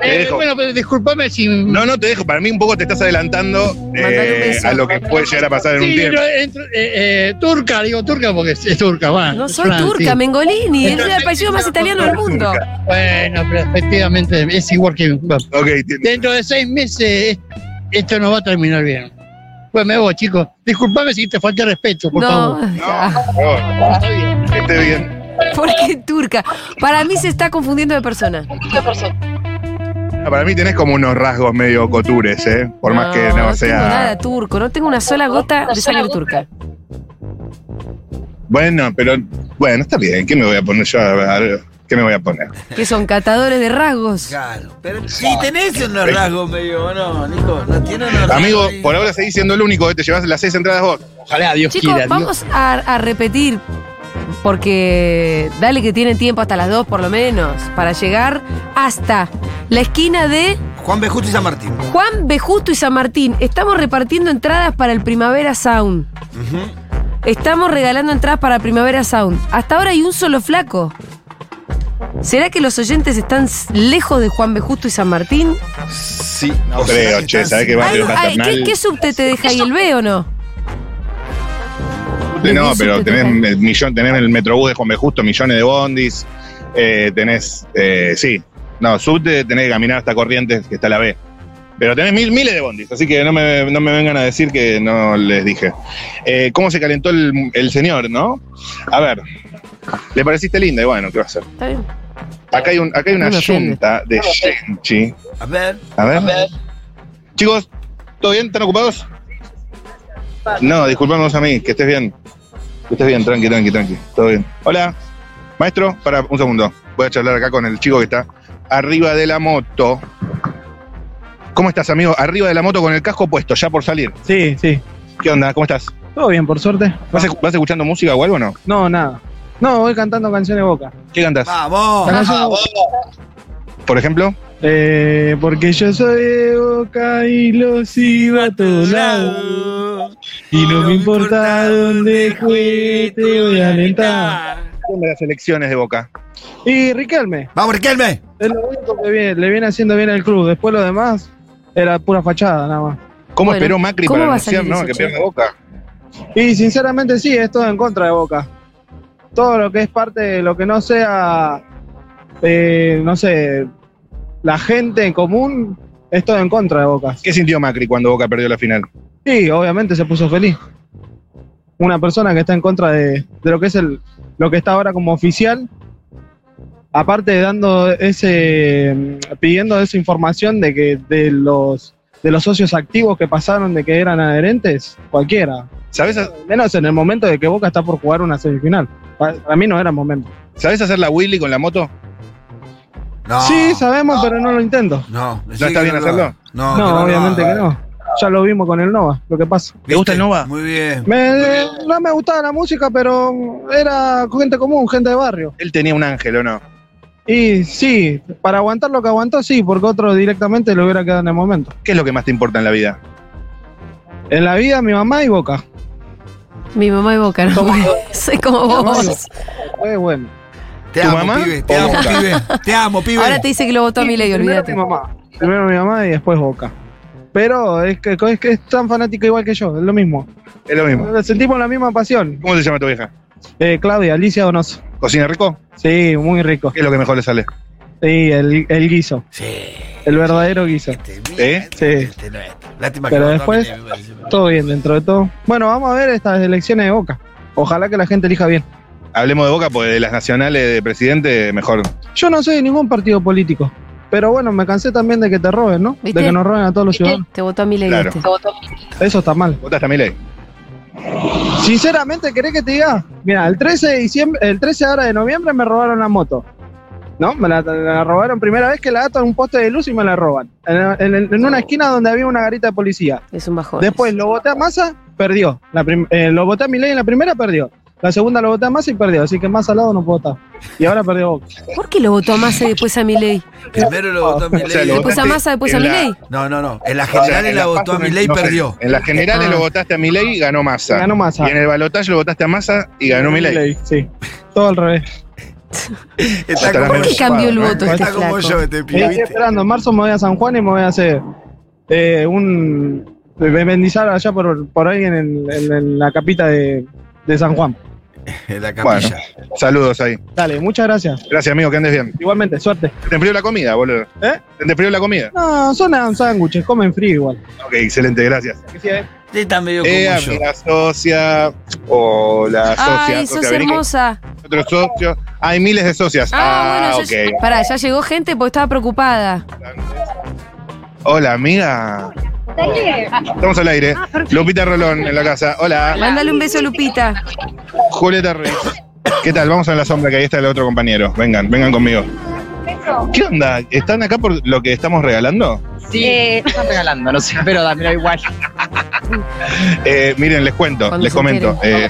Speaker 3: Te dejo.
Speaker 6: bueno, pero disculpame si...
Speaker 3: No, no te dejo. Para mí un poco te estás adelantando
Speaker 1: Mandale un
Speaker 3: eh,
Speaker 1: beso.
Speaker 3: a lo que puede llegar a pasar en un
Speaker 6: Sí,
Speaker 3: tiempo.
Speaker 6: pero entro- eh, eh, turca, digo turca porque es, es turca, va.
Speaker 1: No
Speaker 6: es
Speaker 1: soy
Speaker 6: Fran,
Speaker 1: turca,
Speaker 6: sí.
Speaker 1: Mengolini, es el apellido más italiano del mundo.
Speaker 6: Bueno, pero efectivamente es igual que
Speaker 3: Ok, entiendo.
Speaker 6: Dentro de seis meses esto no va a terminar bien. Pues me voy, chicos. Disculpame si te falté respeto, por
Speaker 1: No,
Speaker 6: favor.
Speaker 1: ah,
Speaker 3: No, por favor, que esté bien.
Speaker 1: ¿por qué turca? Para mí se está confundiendo de persona.
Speaker 3: Ah, Para mí tenés como unos rasgos medio cotures, ¿eh? Por más que no
Speaker 1: tengo nada
Speaker 3: sea.
Speaker 1: turco, no tengo una sola gota de sangre turca.
Speaker 3: Bueno, pero. Bueno, está bien. ¿Qué me voy a poner yo? A ver, ¿Qué me voy a poner?
Speaker 1: Que son catadores de rasgos.
Speaker 2: Claro. Pero sí tenés
Speaker 3: Eh.
Speaker 2: unos rasgos medio, ¿no, Nico? No tiene unos rasgos
Speaker 3: Amigo,
Speaker 2: ahí.
Speaker 3: por ahora seguís siendo el único, ¿eh? te llevas las seis entradas vos.
Speaker 7: Ojalá, Dios
Speaker 1: Chicos,
Speaker 7: quiera. Dios.
Speaker 1: vamos a, a repetir, porque dale que tienen tiempo hasta las 2 por lo menos, para llegar hasta la esquina de
Speaker 2: Juan B. Justo y San Martín.
Speaker 1: Juan Bejusto y San Martín. Estamos repartiendo entradas para el Primavera Sound.
Speaker 2: Ujú.
Speaker 1: Estamos regalando entradas para Primavera Sound. Hasta ahora hay un solo flaco. ¿Será que los oyentes están s- lejos de Juan Bejusto y San Martín?
Speaker 9: Sí.
Speaker 3: No
Speaker 9: o sea,
Speaker 3: creo,
Speaker 9: que
Speaker 3: che,
Speaker 9: están-
Speaker 3: ¿sabés qué va?
Speaker 1: Algo- ay,
Speaker 3: paternal.
Speaker 1: ¿qué, qué subte te deja ahí el B o no?
Speaker 3: No,
Speaker 1: Eso
Speaker 3: pero
Speaker 1: te
Speaker 3: tenés,
Speaker 1: toca.
Speaker 3: el millón, tenés el Metrobús de Juan B. Justo, millones de bondis. eh, tenés, eh, sí. No, subte tenés que caminar hasta Corrientes, que está la B. Pero tenés mil, miles de bondis, así que no me, no me vengan a decir que no les dije. Eh, ¿Cómo se calentó el, el señor, no? A ver, le pareciste linda y bueno, ¿qué va a hacer?
Speaker 1: Está bien.
Speaker 3: Acá hay, un, acá hay una
Speaker 1: No me ofende.
Speaker 3: yunta de Shenchi.
Speaker 2: A ver.
Speaker 3: A ver. Chicos, ¿todo bien? ¿Están ocupados? No, disculpamos a mí, que estés bien. Que estés bien, tranqui, tranqui, tranqui. Todo bien. Hola, maestro, para un segundo. Voy a charlar acá con el chico que está arriba de la moto. ¿Cómo estás, amigo? Arriba de la moto con el casco puesto, ya por salir.
Speaker 5: Sí, sí.
Speaker 3: ¿Qué onda? ¿Cómo estás?
Speaker 5: Todo bien, por suerte. Ah.
Speaker 3: ¿Vas, escu- vas escuchando música o algo o no?
Speaker 5: No, nada. No, voy cantando canciones boca.
Speaker 3: ¿Qué cantas?
Speaker 2: Vamos.
Speaker 5: La canción-
Speaker 3: Por ejemplo,
Speaker 5: Eh, porque yo soy de boca y los iba a todos lados. Y no me importa dónde juegue, te voy a alentar.
Speaker 3: ¿dónde las elecciones de Boca?
Speaker 5: Y Riquelme,
Speaker 2: Vamos, Riquelme.
Speaker 5: es lo único que viene- le viene haciendo bien al club. Después lo demás era pura fachada nada más.
Speaker 3: ¿Cómo
Speaker 1: Bueno,
Speaker 3: esperó Macri
Speaker 1: ¿cómo
Speaker 3: para
Speaker 1: va a salir
Speaker 3: anunciar
Speaker 1: eso,
Speaker 3: ¿no? que
Speaker 1: che?
Speaker 3: pierda Boca?
Speaker 5: Y sinceramente sí, es todo en contra de Boca. Todo lo que es parte de lo que no sea, eh, no sé, la gente en común, es todo en contra de Boca.
Speaker 3: ¿Qué sintió Macri cuando Boca perdió la final?
Speaker 5: Sí, obviamente se puso feliz. Una persona que está en contra de, de lo que es el, lo que está ahora como oficial, aparte de dando ese, mm, pidiendo esa información de que de los de los socios activos que pasaron de que eran adherentes, cualquiera,
Speaker 3: ¿Sabes, a-
Speaker 5: menos en el momento de que Boca está por jugar una semifinal. Pa- Para mí no era el momento.
Speaker 3: ¿Sabes hacer la Willy con la moto?
Speaker 2: No.
Speaker 5: sí, sabemos, pero no lo intento.
Speaker 2: No,
Speaker 3: ¿No está bien hacerlo?
Speaker 2: No,
Speaker 5: No, obviamente que no. Ya lo vimos con el Nova, lo que pasa.
Speaker 2: ¿Te
Speaker 3: gusta el Nova?
Speaker 2: Muy bien.
Speaker 5: Me-
Speaker 10: Ah,
Speaker 5: no me gustaba la música, pero era gente común, gente de barrio.
Speaker 3: Él tenía un ángel, ¿o no?
Speaker 5: Y sí, para aguantar lo que aguantó, sí, porque otro directamente lo hubiera quedado en el momento.
Speaker 3: ¿Qué es lo que más te importa en la vida?
Speaker 5: En la vida, mi mamá y Boca.
Speaker 1: Mi mamá y Boca, ¿no? Soy como vos.
Speaker 5: Fue bueno.
Speaker 2: Te
Speaker 3: ¿Tu
Speaker 2: amo,
Speaker 3: mamá?
Speaker 2: pibe. Te
Speaker 3: ¿O
Speaker 2: amo,
Speaker 3: Boca?
Speaker 2: pibe. Te amo, pibe.
Speaker 1: Ahora te dice que lo votó a Milei,
Speaker 5: Primero
Speaker 1: olvídate.
Speaker 5: mi mamá. Primero mi mamá y después Boca. Pero es que, es que es tan fanático igual que yo, es lo mismo.
Speaker 3: Es lo mismo.
Speaker 5: Sentimos la misma pasión.
Speaker 3: ¿Cómo se llama tu vieja?
Speaker 5: Eh, Claudia, Alicia Donoso.
Speaker 3: ¿Cocina rico?
Speaker 5: Sí, muy rico.
Speaker 3: ¿Qué es lo que mejor le sale?
Speaker 5: Sí, el, el guiso,
Speaker 2: Sí.
Speaker 5: el verdadero guiso.
Speaker 2: Este,
Speaker 3: ¿Eh?
Speaker 5: Sí,
Speaker 2: este no es. Lástima
Speaker 5: Pero
Speaker 2: que no,
Speaker 5: después-
Speaker 2: no, me- me- me-
Speaker 5: todo bien dentro de todo. Bueno, vamos a ver estas elecciones de Boca. Ojalá que la gente elija bien.
Speaker 3: Hablemos de Boca, porque de las nacionales de presidente, mejor.
Speaker 5: Yo no soy de ningún partido político. Pero bueno, me cansé también de que te roben, ¿no?
Speaker 1: ¿Viste?
Speaker 5: De que nos roben a todos los ciudadanos.
Speaker 1: Te votó a Milei
Speaker 3: Claro.
Speaker 1: este.
Speaker 5: Eso está mal.
Speaker 3: ¿Votaste a Milei?
Speaker 5: Sinceramente, ¿querés que te diga? Mira, el 13 de diciembre, el 13 ahora de noviembre me robaron la moto. ¿No? Me la, la robaron primera vez que la atan a un poste de luz y me la roban. En, en- en una esquina donde había una garita de policía.
Speaker 1: Es un bajón.
Speaker 5: Después lo voté a Massa, perdió. La prim- eh, lo voté a Milei en la primera, perdió. La segunda lo voté a Massa y perdió. Así que más al lado no puedo estar. Y ahora perdió Boca.
Speaker 1: ¿Por qué lo votó a Massa y después a Milei?
Speaker 2: Primero lo votó a mi
Speaker 3: O sea, lo
Speaker 1: Después a
Speaker 3: votaste
Speaker 1: Massa, después a
Speaker 3: en la-
Speaker 1: Milei.
Speaker 2: No, no, no. En la general la votó a mi ley y
Speaker 3: no sé,
Speaker 2: perdió.
Speaker 3: En las generales
Speaker 1: Ah.
Speaker 3: lo votaste a Milei y ganó Massa.
Speaker 5: Ganó Massa.
Speaker 3: Y en el balotaje lo votaste a Massa y ganó Milei.
Speaker 5: Sí. Todo al revés.
Speaker 2: Está
Speaker 3: ¿Por
Speaker 2: como
Speaker 1: ¿Por qué
Speaker 3: Menos
Speaker 1: cambió el
Speaker 3: chupado, ¿no?
Speaker 1: voto este
Speaker 2: Está como
Speaker 1: flaco?
Speaker 2: yo, este
Speaker 5: Mira,
Speaker 2: pibe.
Speaker 5: estoy
Speaker 2: ¿viste?
Speaker 5: esperando. En marzo me voy a San Juan y me voy a hacer eh, un. Bendizar allá por, por alguien en, en- en la capita de, de San Juan.
Speaker 2: En la capilla.
Speaker 3: Saludos ahí.
Speaker 5: Dale, muchas gracias.
Speaker 3: Gracias, amigo, que andes bien.
Speaker 5: Igualmente, suerte.
Speaker 3: ¿Te enfrió la comida, boludo?
Speaker 5: ¿Eh?
Speaker 3: ¿Te enfrió la comida?
Speaker 5: No, son sándwiches, comen frío igual.
Speaker 3: Ok, excelente, gracias.
Speaker 2: Sí, Está medio
Speaker 3: Eh,
Speaker 2: como yo.
Speaker 3: amiga socia. Hola, socia.
Speaker 1: Ay, sos
Speaker 3: socia, vení que
Speaker 1: hermosa.
Speaker 3: otros socios. Hay miles de socias.
Speaker 1: Ah,
Speaker 3: Ah,
Speaker 1: bueno, yo-
Speaker 3: ok.
Speaker 1: Pará, ya llegó gente porque estaba preocupada.
Speaker 3: Hola, amiga.
Speaker 11: Está bien.
Speaker 3: Estamos al aire. Lupita Rolón en la casa. Hola.
Speaker 1: Mándale un beso, Lupita.
Speaker 3: Julieta Reyes. ¿Qué tal? Vamos a la sombra, que ahí está el otro compañero. Vengan, vengan conmigo. ¿Qué onda? ¿Están acá por lo que estamos regalando?
Speaker 6: Sí,
Speaker 11: Eh,
Speaker 6: están regalando, no sé, pero da, mira igual.
Speaker 3: Eh, miren, les cuento,
Speaker 1: Cuando
Speaker 3: les
Speaker 1: se
Speaker 3: comento. Eh,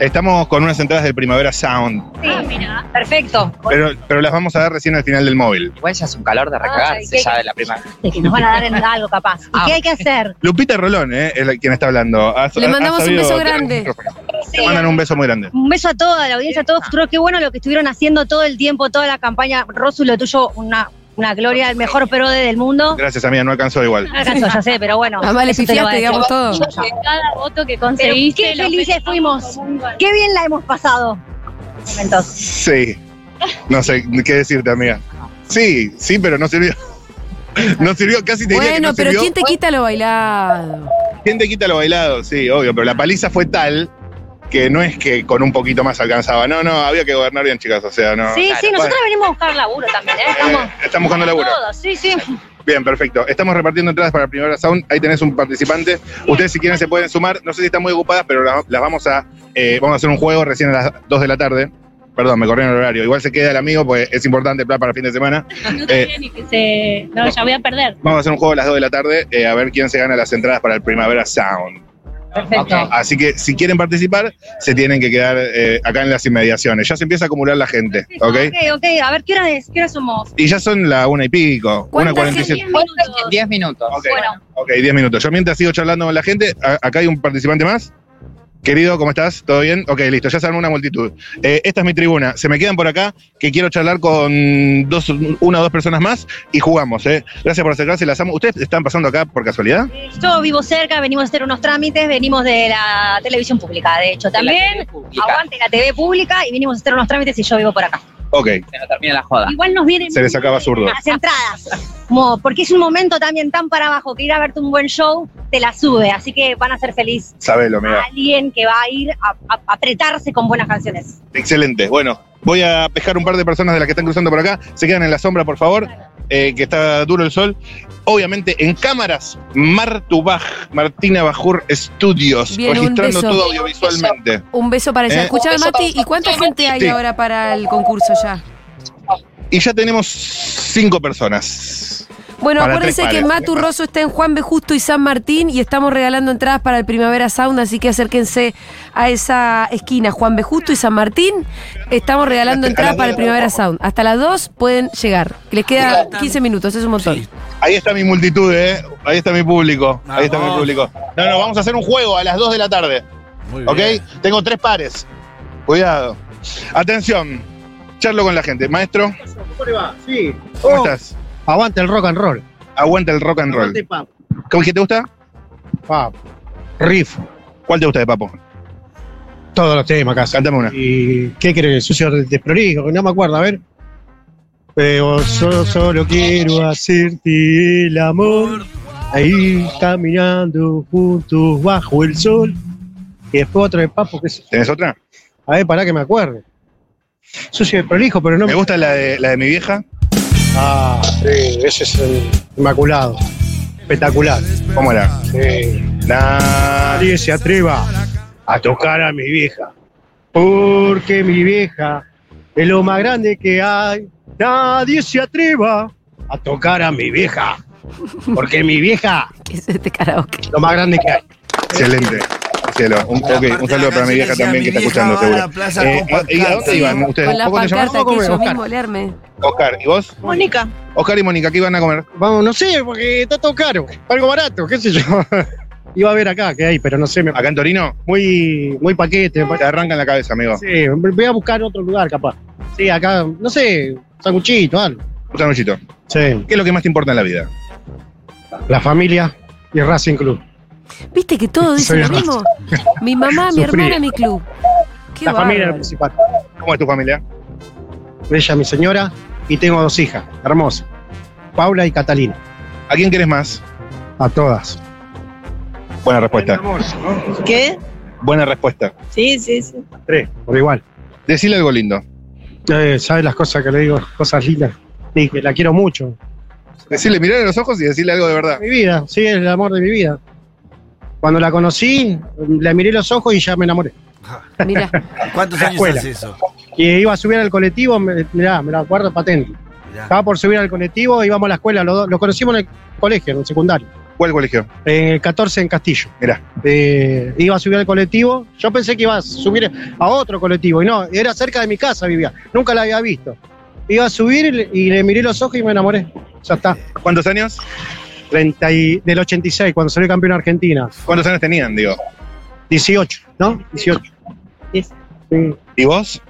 Speaker 3: estamos con unas entradas del Primavera Sound,
Speaker 11: sí, perfecto.
Speaker 3: pero, pero las vamos a dar recién al final del móvil.
Speaker 6: Igual ya es un calor de
Speaker 11: Ay,
Speaker 6: recagarse
Speaker 11: qué-
Speaker 6: ya de la prima.
Speaker 11: Que nos van a dar en algo capaz. ¿Y
Speaker 6: Ah.
Speaker 11: qué hay que hacer?
Speaker 3: Lupita Rolón, eh, es la- quien está hablando. Ha-
Speaker 1: Le
Speaker 3: Ah, ha- ha
Speaker 1: mandamos un
Speaker 3: sabido
Speaker 1: beso
Speaker 3: tener
Speaker 1: grande.
Speaker 3: el micrófono. Le mandan un beso muy grande.
Speaker 11: Un beso a toda la audiencia, a todos futuros. Qué bueno lo que estuvieron haciendo todo el tiempo, toda la campaña. Rosu, lo tuyo, una, una gloria, el mejor PRODE del mundo.
Speaker 3: Gracias, amiga, no alcanzó igual.
Speaker 11: No alcanzó, ya sé, pero bueno.
Speaker 1: Mamá, le
Speaker 11: eso te lo
Speaker 1: pifiaste,
Speaker 11: agradezco.
Speaker 1: digamos todo.
Speaker 9: Cada voto que
Speaker 11: Pero
Speaker 9: conseguiste.
Speaker 11: qué
Speaker 9: lo
Speaker 11: felices
Speaker 9: festejamos
Speaker 11: fuimos.
Speaker 9: como un-
Speaker 11: Qué bien la hemos pasado. Momentos.
Speaker 3: Sí. No sé qué decirte, amiga. Sí, sí, pero no sirvió. No sirvió, casi te diría que
Speaker 1: Bueno,
Speaker 3: no
Speaker 1: pero
Speaker 3: sirvió.
Speaker 1: ¿quién te quita lo bailado?
Speaker 3: ¿Quién te quita lo bailado? Sí, obvio, pero la paliza fue tal que no es que con un poquito más alcanzaba. No, no, había que gobernar bien, chicas, o sea, no.
Speaker 11: Sí, sí,
Speaker 3: Ah, Bueno,
Speaker 11: nosotros venimos a buscar laburo también, ¿eh? Estamos
Speaker 3: eh, estamos buscando laburo.
Speaker 11: todos, sí, sí.
Speaker 3: Bien, perfecto. Estamos repartiendo entradas para Primavera Sound. Ahí tenés un participante. Ustedes, si quieren, se pueden sumar. No sé si están muy ocupadas, pero la- las, vamos a. eh, vamos a hacer un juego recién a las 2 de la tarde. Perdón, me corrieron el horario. Igual se queda el amigo, pues es importante el plan para el fin de semana. Eh,
Speaker 9: No te diría ni que se. No, ya voy a perder.
Speaker 3: Vamos a hacer un juego a las 2 de la tarde eh, a ver quién se gana las entradas para el Primavera Sound.
Speaker 11: Perfecto.
Speaker 3: Así que si quieren participar, se tienen que quedar eh, acá en las inmediaciones. Ya se empieza a acumular la gente, ¿ok?
Speaker 11: Ok, ok, a ver, ¿qué hora es? ¿Qué hora somos?
Speaker 3: Y ya son la una y pico,
Speaker 1: ¿Cuánta
Speaker 3: una cuarenta y
Speaker 1: gente?
Speaker 3: siete.
Speaker 11: 10 minutos.
Speaker 12: 10 minutos.
Speaker 3: Ok,
Speaker 11: Bueno.
Speaker 3: ok, 10 minutos. Yo mientras sigo charlando con la gente, a- acá hay un participante más. Querido, ¿cómo estás? ¿Todo bien? Ok, listo, ya se armó una multitud. Eh, esta es mi tribuna. Se me quedan por acá que quiero charlar con dos, una o dos personas más y jugamos, ¿eh? Gracias por acercarse, las amo. ¿Ustedes están pasando acá por casualidad?
Speaker 11: Yo vivo cerca, venimos a hacer unos trámites, venimos de la televisión pública, de hecho, también. Aguante la TV pública y venimos a hacer unos trámites y yo vivo por acá.
Speaker 3: Ok,
Speaker 12: Se nos termina la joda.
Speaker 11: Igual nos vienen
Speaker 3: se les acaba zurdo.
Speaker 11: las entradas, como porque es un momento también tan para abajo que ir a verte un buen show te la sube, así que van a ser feliz
Speaker 3: Sabelo, amiga.
Speaker 11: alguien que va a ir a, a- a apretarse con buenas canciones.
Speaker 3: Excelente. Bueno, voy a pescar un par de personas de las que están cruzando por acá. Se quedan en la sombra, por favor, eh, que está duro el sol. Obviamente, en cámaras, Martu Baj, Martina Bajur Studios,
Speaker 1: Bien, un
Speaker 3: registrando
Speaker 1: beso.
Speaker 3: todo audiovisualmente.
Speaker 1: Un beso para ella.
Speaker 3: Eh.
Speaker 1: Escuchame,
Speaker 9: Un beso
Speaker 1: Mati,
Speaker 9: para-
Speaker 1: ¿y cuánta gente hay
Speaker 3: Sí.
Speaker 1: ahora para el concurso ya?
Speaker 3: Y ya tenemos cinco personas.
Speaker 1: Bueno,
Speaker 3: Para
Speaker 1: acuérdense
Speaker 3: tres
Speaker 1: que
Speaker 3: pares.
Speaker 1: Matu Rosso está en Juan B. Justo y San Martín y estamos regalando entradas para el Primavera Sound, así que acérquense a esa esquina, Juan B. Justo y San Martín. Estamos regalando
Speaker 3: A las
Speaker 1: entradas
Speaker 3: dos
Speaker 1: para
Speaker 3: de
Speaker 1: el
Speaker 3: la
Speaker 1: Primavera Sound. Hasta las 2 pueden llegar. Les queda 15 minutos, es un montón.
Speaker 3: Ahí está mi multitud, ¿eh? Ahí está mi público. Ahí está mi
Speaker 2: Vamos.
Speaker 3: público. No, no, vamos a hacer un juego a las dos de la tarde.
Speaker 2: Muy
Speaker 3: ¿Ok?
Speaker 2: bien.
Speaker 3: Tengo tres pares. Cuidado. Atención. Charlo con la gente. Maestro,
Speaker 13: ¿Cómo le va? Sí.
Speaker 3: ¿cómo
Speaker 13: Oh,
Speaker 3: estás?
Speaker 13: Aguante el rock and roll.
Speaker 3: Aguanta el rock and roll.
Speaker 13: Aguante, pap.
Speaker 3: ¿Cómo es que te gusta?
Speaker 13: Pap. Riff.
Speaker 3: ¿Cuál te gusta de Papo?
Speaker 13: Todos los temas casi.
Speaker 3: Cántame una.
Speaker 13: ¿Y qué crees? Sucio desprolijo, no me acuerdo, a ver. Pero yo solo quiero hacerte el amor. Ahí caminando juntos bajo el sol. Y después otro de papo, que es.
Speaker 3: ¿Tenés otra?
Speaker 13: A ver, pará que me acuerde. Sucio desprolijo, pero no
Speaker 3: Me gusta la de, la de mi vieja.
Speaker 13: Ah, sí, ese es el inmaculado. Espectacular.
Speaker 3: ¿Cómo era?
Speaker 13: Sí.
Speaker 3: Na-
Speaker 13: Nadie se atreva a tocar a mi vieja. Porque mi vieja es lo más grande que hay. Nadie se atreva a tocar a mi vieja. Porque mi vieja
Speaker 1: ¿Qué es este karaoke?
Speaker 13: es lo más grande que hay.
Speaker 3: Excelente. Cielo. Un,
Speaker 2: La
Speaker 3: ok,
Speaker 2: parte
Speaker 3: un
Speaker 2: de
Speaker 3: saludo
Speaker 2: la
Speaker 3: para
Speaker 2: canción
Speaker 3: mi vieja
Speaker 2: decía,
Speaker 3: también que
Speaker 2: "Mi
Speaker 3: está
Speaker 2: vieja
Speaker 3: escuchando
Speaker 2: va a la
Speaker 3: seguro.
Speaker 2: plaza
Speaker 3: Eh,
Speaker 2: con
Speaker 3: ¿Y a dónde
Speaker 2: pancartas".
Speaker 3: iban ustedes?
Speaker 1: Con la
Speaker 3: ¿Cómo te llamás?
Speaker 1: pancarta que yo
Speaker 13: Oscar.
Speaker 1: mismo leerme.
Speaker 3: Oscar. ¿Y vos?
Speaker 6: Mónica.
Speaker 3: Oscar y Mónica, ¿qué iban a comer?
Speaker 13: Vamos, no sé, porque está todo caro. Algo barato, qué sé yo. Iba a ver acá que hay, pero no sé, me
Speaker 3: Acá en Torino.
Speaker 13: muy, muy paquete. me parece.
Speaker 3: Te arrancan la cabeza, amigo.
Speaker 13: Sí, voy a buscar otro lugar, capaz. Sí, acá, no sé, sanguchito, algo.
Speaker 3: Un sanguchito.
Speaker 13: Sí,
Speaker 3: ¿Qué es lo que más te importa en la vida?
Speaker 13: la familia y Racing Club.
Speaker 1: ¿Viste que todo dice
Speaker 13: Soy
Speaker 1: lo
Speaker 13: el
Speaker 1: mismo? Mi mamá, mi
Speaker 13: Sufrí.
Speaker 1: hermana, mi club. Qué
Speaker 13: la familia
Speaker 1: bárbaro.
Speaker 13: era lo principal.
Speaker 3: ¿Cómo es tu familia?
Speaker 13: Bella, mi señora, y tengo dos hijas, hermosas, Paula y Catalina,
Speaker 3: ¿A quién querés más?
Speaker 13: a todas.
Speaker 3: Buena respuesta.
Speaker 9: ¿Qué?
Speaker 3: Buena respuesta.
Speaker 9: Sí, sí, sí.
Speaker 13: Tres, por igual.
Speaker 3: Decirle algo lindo.
Speaker 13: Eh, ¿Sabes las cosas que le digo? Cosas lindas. Sí, que la quiero mucho.
Speaker 3: Decirle, mirarle a los ojos y decirle algo de verdad.
Speaker 13: Mi vida, sí, es el amor de mi vida. Cuando la conocí, la miré los ojos y ya me enamoré.
Speaker 1: Mirá,
Speaker 2: ¿Cuántos años
Speaker 13: Escuela.
Speaker 2: hace eso?
Speaker 13: Y iba a subir al colectivo, me- mirá, me la guardo patente.
Speaker 2: Mirá.
Speaker 13: Estaba por subir al colectivo, íbamos a la escuela, los dos, los conocimos en el colegio, en el secundario,
Speaker 3: ¿Cuál colegio?
Speaker 13: en el 14 en Castillo.
Speaker 3: Mirá.
Speaker 13: Eh, iba a subir al colectivo, yo pensé que iba a subir a otro colectivo, y no, era cerca de mi casa vivía, nunca la había visto. Iba a subir y le- y le miré los ojos y me enamoré. Ya está.
Speaker 3: ¿Cuántos años?
Speaker 13: 30 y- del 86, cuando salió campeón Argentina.
Speaker 3: ¿Cuántos años tenían, digo?
Speaker 13: 18, ¿no? 18. Sí,
Speaker 3: ¿Y vos?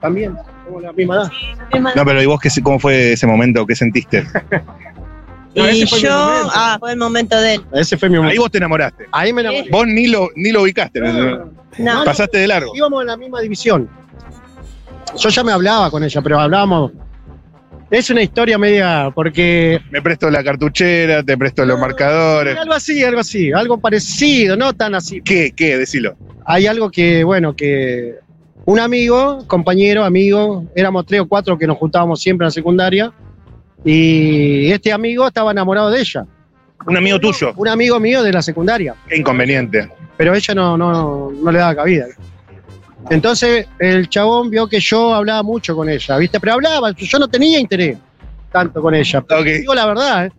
Speaker 13: también. Como la misma edad.
Speaker 3: No, pero ¿y vos qué, se- cómo fue ese momento? ¿Qué sentiste?
Speaker 13: No,
Speaker 9: Y
Speaker 13: ese fue mi
Speaker 9: yo,
Speaker 13: momento.
Speaker 9: ah, fue el momento de él.
Speaker 13: Ese fue mi
Speaker 3: Ahí
Speaker 13: momento.
Speaker 3: vos te enamoraste.
Speaker 13: Ahí me enamoré.
Speaker 3: Vos ni lo, ni lo ubicaste.
Speaker 9: No,
Speaker 3: Pasaste de largo.
Speaker 13: Íbamos en la misma división. Yo ya me hablaba con ella, pero hablábamos. Es una historia media, porque. Ah,
Speaker 3: Me presto la cartuchera, te presto los marcadores.
Speaker 13: Algo así, algo así, algo parecido, no tan así.
Speaker 3: ¿Qué? ¿Qué? Decilo.
Speaker 13: Hay algo que, bueno, que. Un amigo, compañero, amigo, éramos tres o cuatro que nos juntábamos siempre en la secundaria. Y este amigo estaba enamorado de ella.
Speaker 3: Un amigo tuyo.
Speaker 13: Un amigo mío de la secundaria.
Speaker 3: Qué inconveniente.
Speaker 13: pero ella no, no, no le daba cabida. Entonces el chabón vio que yo hablaba mucho con ella, ¿viste? Pero hablaba, yo no tenía interés tanto con ella. Pero
Speaker 3: Ok.
Speaker 13: Digo la verdad, ¿eh?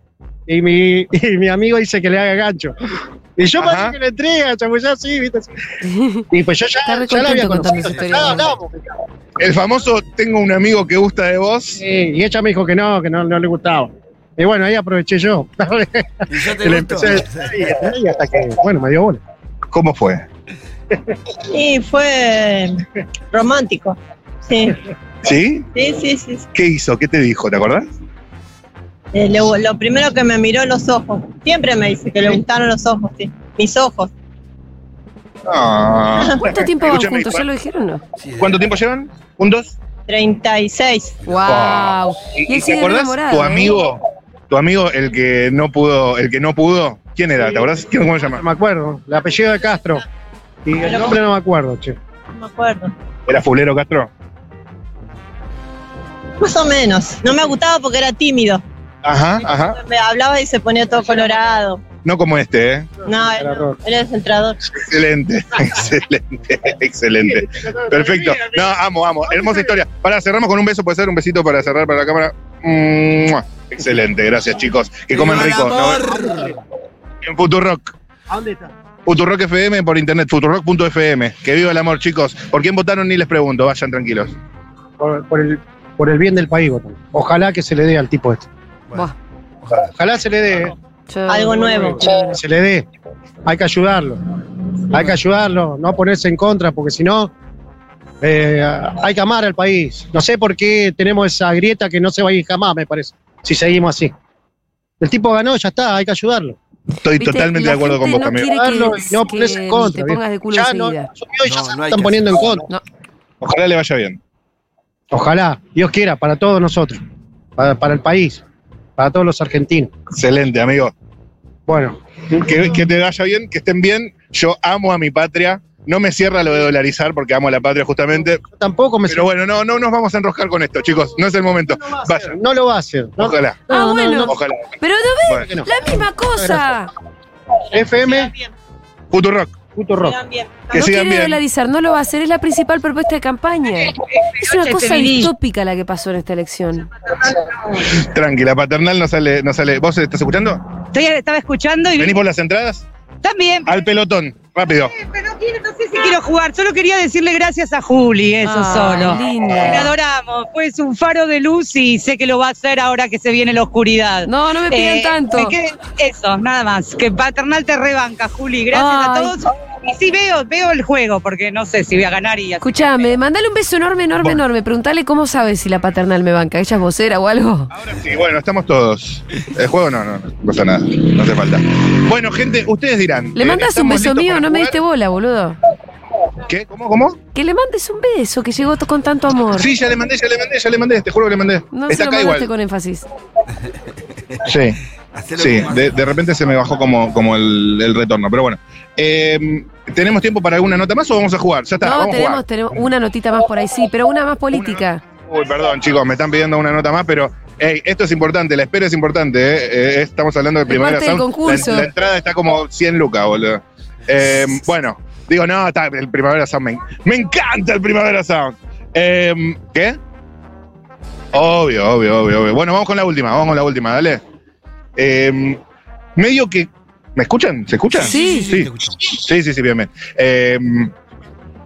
Speaker 13: Y mi, y mi amigo dice que le haga gancho. Y yo
Speaker 3: Ajá.
Speaker 13: parece que le entrega, chamullá así, ¿viste? Y pues yo
Speaker 1: Está
Speaker 13: ya,
Speaker 1: re
Speaker 13: ya la había
Speaker 1: contento contando
Speaker 13: conocido,
Speaker 1: esa historia.
Speaker 13: ya hablábamos.
Speaker 3: El famoso tengo un amigo que gusta de vos.
Speaker 13: Sí, y ella me dijo que no, que no, no le gustaba. Y bueno, ahí aproveché yo.
Speaker 4: Y yo
Speaker 13: Que
Speaker 4: te
Speaker 13: le
Speaker 4: gusto.
Speaker 13: empecé a decir, y hasta que, bueno, me dio bola.
Speaker 3: ¿Cómo fue?
Speaker 9: sí, fue romántico. Sí,
Speaker 3: ¿Sí?
Speaker 9: sí, sí, sí. sí.
Speaker 3: ¿Qué hizo? ¿Qué te dijo? ¿Te acordás?
Speaker 9: Eh, lo, lo primero que me miró los ojos. Siempre me dice que le gustaron los ojos, sí. Mis ojos.
Speaker 3: Ah.
Speaker 1: ¿Cuánto tiempo van
Speaker 3: Escúchame,
Speaker 1: juntos?
Speaker 3: ¿cuál-
Speaker 1: ¿Ya lo dijeron o no?
Speaker 3: ¿Cuánto tiempo llevan? ¿Un dos?
Speaker 9: 36.
Speaker 1: ¡Wow! Y él
Speaker 3: te
Speaker 1: sigue
Speaker 3: acordás?
Speaker 1: enamorado.
Speaker 3: Tu
Speaker 1: ¿eh?
Speaker 3: amigo, tu amigo, el que no pudo, el que no pudo. ¿Quién era? ¿Te acordás? ¿Quién- ¿Cómo se
Speaker 13: No
Speaker 3: llama?
Speaker 13: me acuerdo, el apellido de Castro. Y el nombre no me acuerdo, che.
Speaker 9: No me acuerdo.
Speaker 3: ¿Era Fulero Castro?
Speaker 9: Más o menos. No me gustaba porque era tímido.
Speaker 3: Ajá, ajá.
Speaker 9: Me hablaba y se ponía todo colorado.
Speaker 3: No como este, ¿eh?
Speaker 9: No,
Speaker 13: Era
Speaker 9: era,
Speaker 13: rock.
Speaker 9: era el centrador.
Speaker 3: Excelente, excelente, excelente. Perfecto. No, amo, amo. Hermosa historia. Para cerramos con un beso, puede ser un besito para cerrar para la cámara. ¡Mua! Excelente, gracias chicos. Que comen
Speaker 4: ¡Viva el
Speaker 3: rico. Nos vemos
Speaker 4: amor!
Speaker 3: En Futurock.
Speaker 13: ¿A dónde está?
Speaker 3: Futurock FM por internet, futurock.fm. Que viva el amor, chicos. ¿Por quién votaron? Ni les pregunto, vayan tranquilos.
Speaker 13: por, por el, por el bien del país, Botón. Ojalá que se le dé al tipo este.
Speaker 1: Buah,
Speaker 13: Ojalá se le dé,
Speaker 1: yo-
Speaker 9: Algo nuevo.
Speaker 13: se le dé. Hay que ayudarlo. Hay que ayudarlo, no ponerse en contra, porque si no, eh, hay que amar al país. No sé por qué tenemos esa grieta que no se va a ir jamás, me parece, si seguimos así. El tipo ganó, ya está, hay que ayudarlo.
Speaker 3: Estoy
Speaker 1: Viste,
Speaker 3: totalmente
Speaker 1: la
Speaker 3: de acuerdo con
Speaker 1: gente
Speaker 3: vos,
Speaker 1: no
Speaker 3: Camilo.
Speaker 1: quiere- que-
Speaker 13: Ayudarlo y no
Speaker 1: que
Speaker 13: ponerse en contra.
Speaker 1: te
Speaker 13: viejo.
Speaker 1: pongas de culo
Speaker 13: ya no,
Speaker 1: enseguida.
Speaker 13: asumió y ya
Speaker 4: No,
Speaker 13: se
Speaker 4: no hay
Speaker 13: están
Speaker 4: que
Speaker 13: poniendo en
Speaker 4: hacer
Speaker 13: contra.
Speaker 3: Ojalá le vaya bien.
Speaker 13: Ojalá, Dios quiera, para todos nosotros, para, para el país, para todos los argentinos.
Speaker 3: Excelente, amigo.
Speaker 13: Bueno,
Speaker 3: Que, que te vaya bien, que estén bien. Yo amo a mi patria. No me cierra lo de dolarizar porque amo a la patria justamente.
Speaker 13: Yo tampoco me
Speaker 3: Pero bueno, no, no nos vamos a enroscar con esto, chicos. No es el momento. Vayan.
Speaker 13: No lo va a hacer. No,
Speaker 3: Ojalá,
Speaker 1: Ah,
Speaker 13: no,
Speaker 1: bueno.
Speaker 13: no, no.
Speaker 3: ojalá.
Speaker 1: Pero no
Speaker 3: Bueno,
Speaker 13: no.
Speaker 1: ves la misma cosa.
Speaker 13: FM,
Speaker 9: Bien,
Speaker 3: Futurock,
Speaker 13: puto rock.
Speaker 9: eran bien.
Speaker 3: que
Speaker 1: no
Speaker 3: sigan
Speaker 1: quiere
Speaker 3: bien.
Speaker 1: dolarizar, no lo va a hacer, es la principal propuesta de campaña.
Speaker 8: Eh,
Speaker 1: Es una cosa distópica la que pasó en esta elección.
Speaker 3: Tranquila, paternal no sale, no sale. ¿Vos estás escuchando?
Speaker 12: Estoy, estaba escuchando y
Speaker 3: ¿Venís por las entradas?
Speaker 12: también.
Speaker 3: Al pelotón, rápido.
Speaker 12: Pero no, quiero, no sé si quiero jugar. Solo quería decirle gracias a Juli, eso
Speaker 1: Ah,
Speaker 12: solo. La
Speaker 1: linda.
Speaker 12: adoramos. Pues un faro de luz y sé que lo va a hacer ahora que se viene la oscuridad.
Speaker 1: No, no me pidan
Speaker 12: Eh,
Speaker 1: tanto.
Speaker 12: me quedé- eso, nada más. Que Paternal te rebanca, Juli. Gracias
Speaker 1: Ay.
Speaker 12: a todos. Y sí veo, veo el juego, porque no sé si voy a ganar y así.
Speaker 1: Escuchame, mandale un beso enorme, enorme,
Speaker 3: Bueno.
Speaker 1: enorme. Preguntale cómo sabe si la paternal me banca. ¿Ella es vocera o algo?
Speaker 3: Ahora sí, bueno, estamos todos. El juego no, no, no pasa nada. No hace falta. Bueno, gente, ustedes dirán.
Speaker 1: ¿Le
Speaker 3: eh,
Speaker 1: mandas un
Speaker 3: ¿estamos
Speaker 1: beso
Speaker 3: listos
Speaker 1: mío?
Speaker 3: para
Speaker 1: No me
Speaker 3: jugar?
Speaker 1: diste bola, boludo.
Speaker 3: ¿Qué? ¿Cómo? ¿Cómo?
Speaker 1: Que le mandes un beso, que llegó to- con tanto amor.
Speaker 3: Sí, ya le mandé, ya le mandé, ya le mandé. Te juro que le mandé.
Speaker 1: No se lo
Speaker 3: Está
Speaker 1: este
Speaker 3: acá
Speaker 1: mandaste
Speaker 3: igual.
Speaker 1: con énfasis.
Speaker 3: Sí.
Speaker 4: Hacelo
Speaker 3: Sí,
Speaker 4: como-
Speaker 3: de, de repente se me bajó como, como el, el retorno, pero bueno. Eh, ¿Tenemos tiempo para alguna nota más o vamos a jugar? Ya está,
Speaker 1: no,
Speaker 3: vamos a
Speaker 1: tenemos,
Speaker 3: jugar.
Speaker 1: tenemos una notita más por ahí, sí, pero una más política.
Speaker 3: Uy, perdón, chicos, me están pidiendo una nota más, pero hey, esto es importante, la espera es importante. eh, eh, estamos hablando de
Speaker 1: Es
Speaker 3: primera
Speaker 1: parte del concurso.
Speaker 3: La, la entrada está como 100 lucas, boludo. Eh, bueno, digo, no, está, el Primavera Sound. Me, me encanta el Primavera Sound. Eh, ¿Qué? Obvio, obvio, obvio, obvio. Bueno, vamos con la última, vamos con la última, dale. Eh, medio que. ¿Me escuchan? ¿Se escuchan?
Speaker 1: Sí.
Speaker 3: Sí, sí, sí, sí, bien, bien. Eh,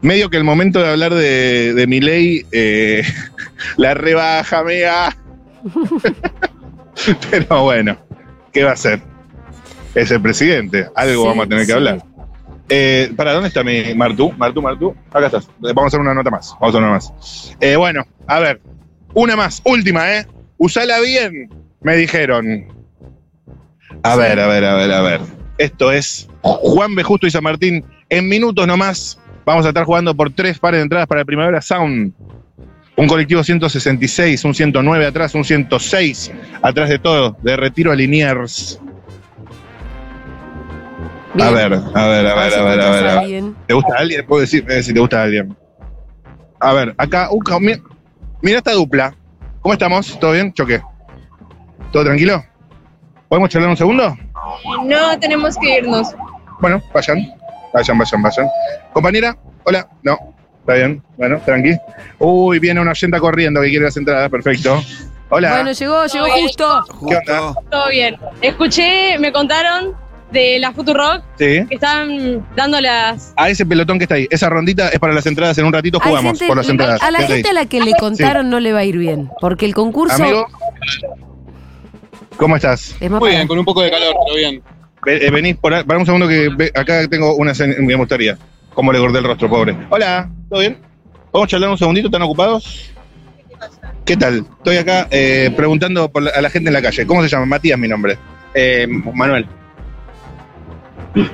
Speaker 3: medio que el momento de hablar de, de mi ley, eh, la rebaja, amiga. Pero bueno, ¿qué va a ser? Es el presidente, algo
Speaker 1: Sí,
Speaker 3: vamos a tener
Speaker 1: sí.
Speaker 3: que hablar. Eh, ¿Para dónde está mi Martú? Martú, Martú. Acá estás. Vamos a hacer una nota más. Vamos a hacer una más. Eh, bueno, a ver. Una más. Última, ¿eh? Usala bien, me dijeron. A ver, a ver, a ver, a ver. Esto es Juan B. Justo y San Martín. En minutos nomás vamos a estar jugando por tres pares de entradas para el Primavera Sound. Un colectivo 166, un 109 atrás, un 106 atrás de todo, de retiro a Liniers. A ver, a ver, a ver, a ver, a ver. a ver. ¿Te gusta alguien? Puedo decir eh, si te gusta alguien. A ver, acá, uh, ca- mi- mira esta dupla. ¿Cómo estamos? ¿Todo bien? Choque. ¿Todo tranquilo? ¿Podemos charlar un segundo?
Speaker 8: No, tenemos que irnos.
Speaker 3: Bueno, vayan, vayan, vayan, vayan. Compañera, hola, no, está bien, bueno, tranqui. Uy, viene una oyenta corriendo que quiere las entradas, perfecto. Hola,
Speaker 8: Bueno, llegó, llegó justo.
Speaker 3: ¿qué onda?
Speaker 8: Todo bien. Escuché, me contaron de la Futurock
Speaker 3: Sí.
Speaker 8: que estaban dando las.
Speaker 3: A ese pelotón que está ahí, esa rondita es para las entradas, en un ratito
Speaker 1: Hay
Speaker 3: jugamos
Speaker 1: gente-
Speaker 3: por las entradas.
Speaker 1: a la
Speaker 3: Quédate
Speaker 1: gente a
Speaker 3: ahí.
Speaker 1: la que le contaron no le va a ir bien, porque el concurso
Speaker 3: Amigo, ¿Cómo estás?
Speaker 1: es más para-
Speaker 6: con un poco de calor, pero bien.
Speaker 3: Ve- eh, Venís por ahí- para un segundo que ve- acá tengo una sen- me gustaría. Cómo le corté el rostro, pobre. Hola, ¿todo bien? ¿Vamos a charlar un segundito? ¿Están ocupados? ¿Qué tal? Estoy acá eh, preguntando por la- a la gente en la calle. ¿Cómo se llama? Matías, mi nombre. Eh, Manuel.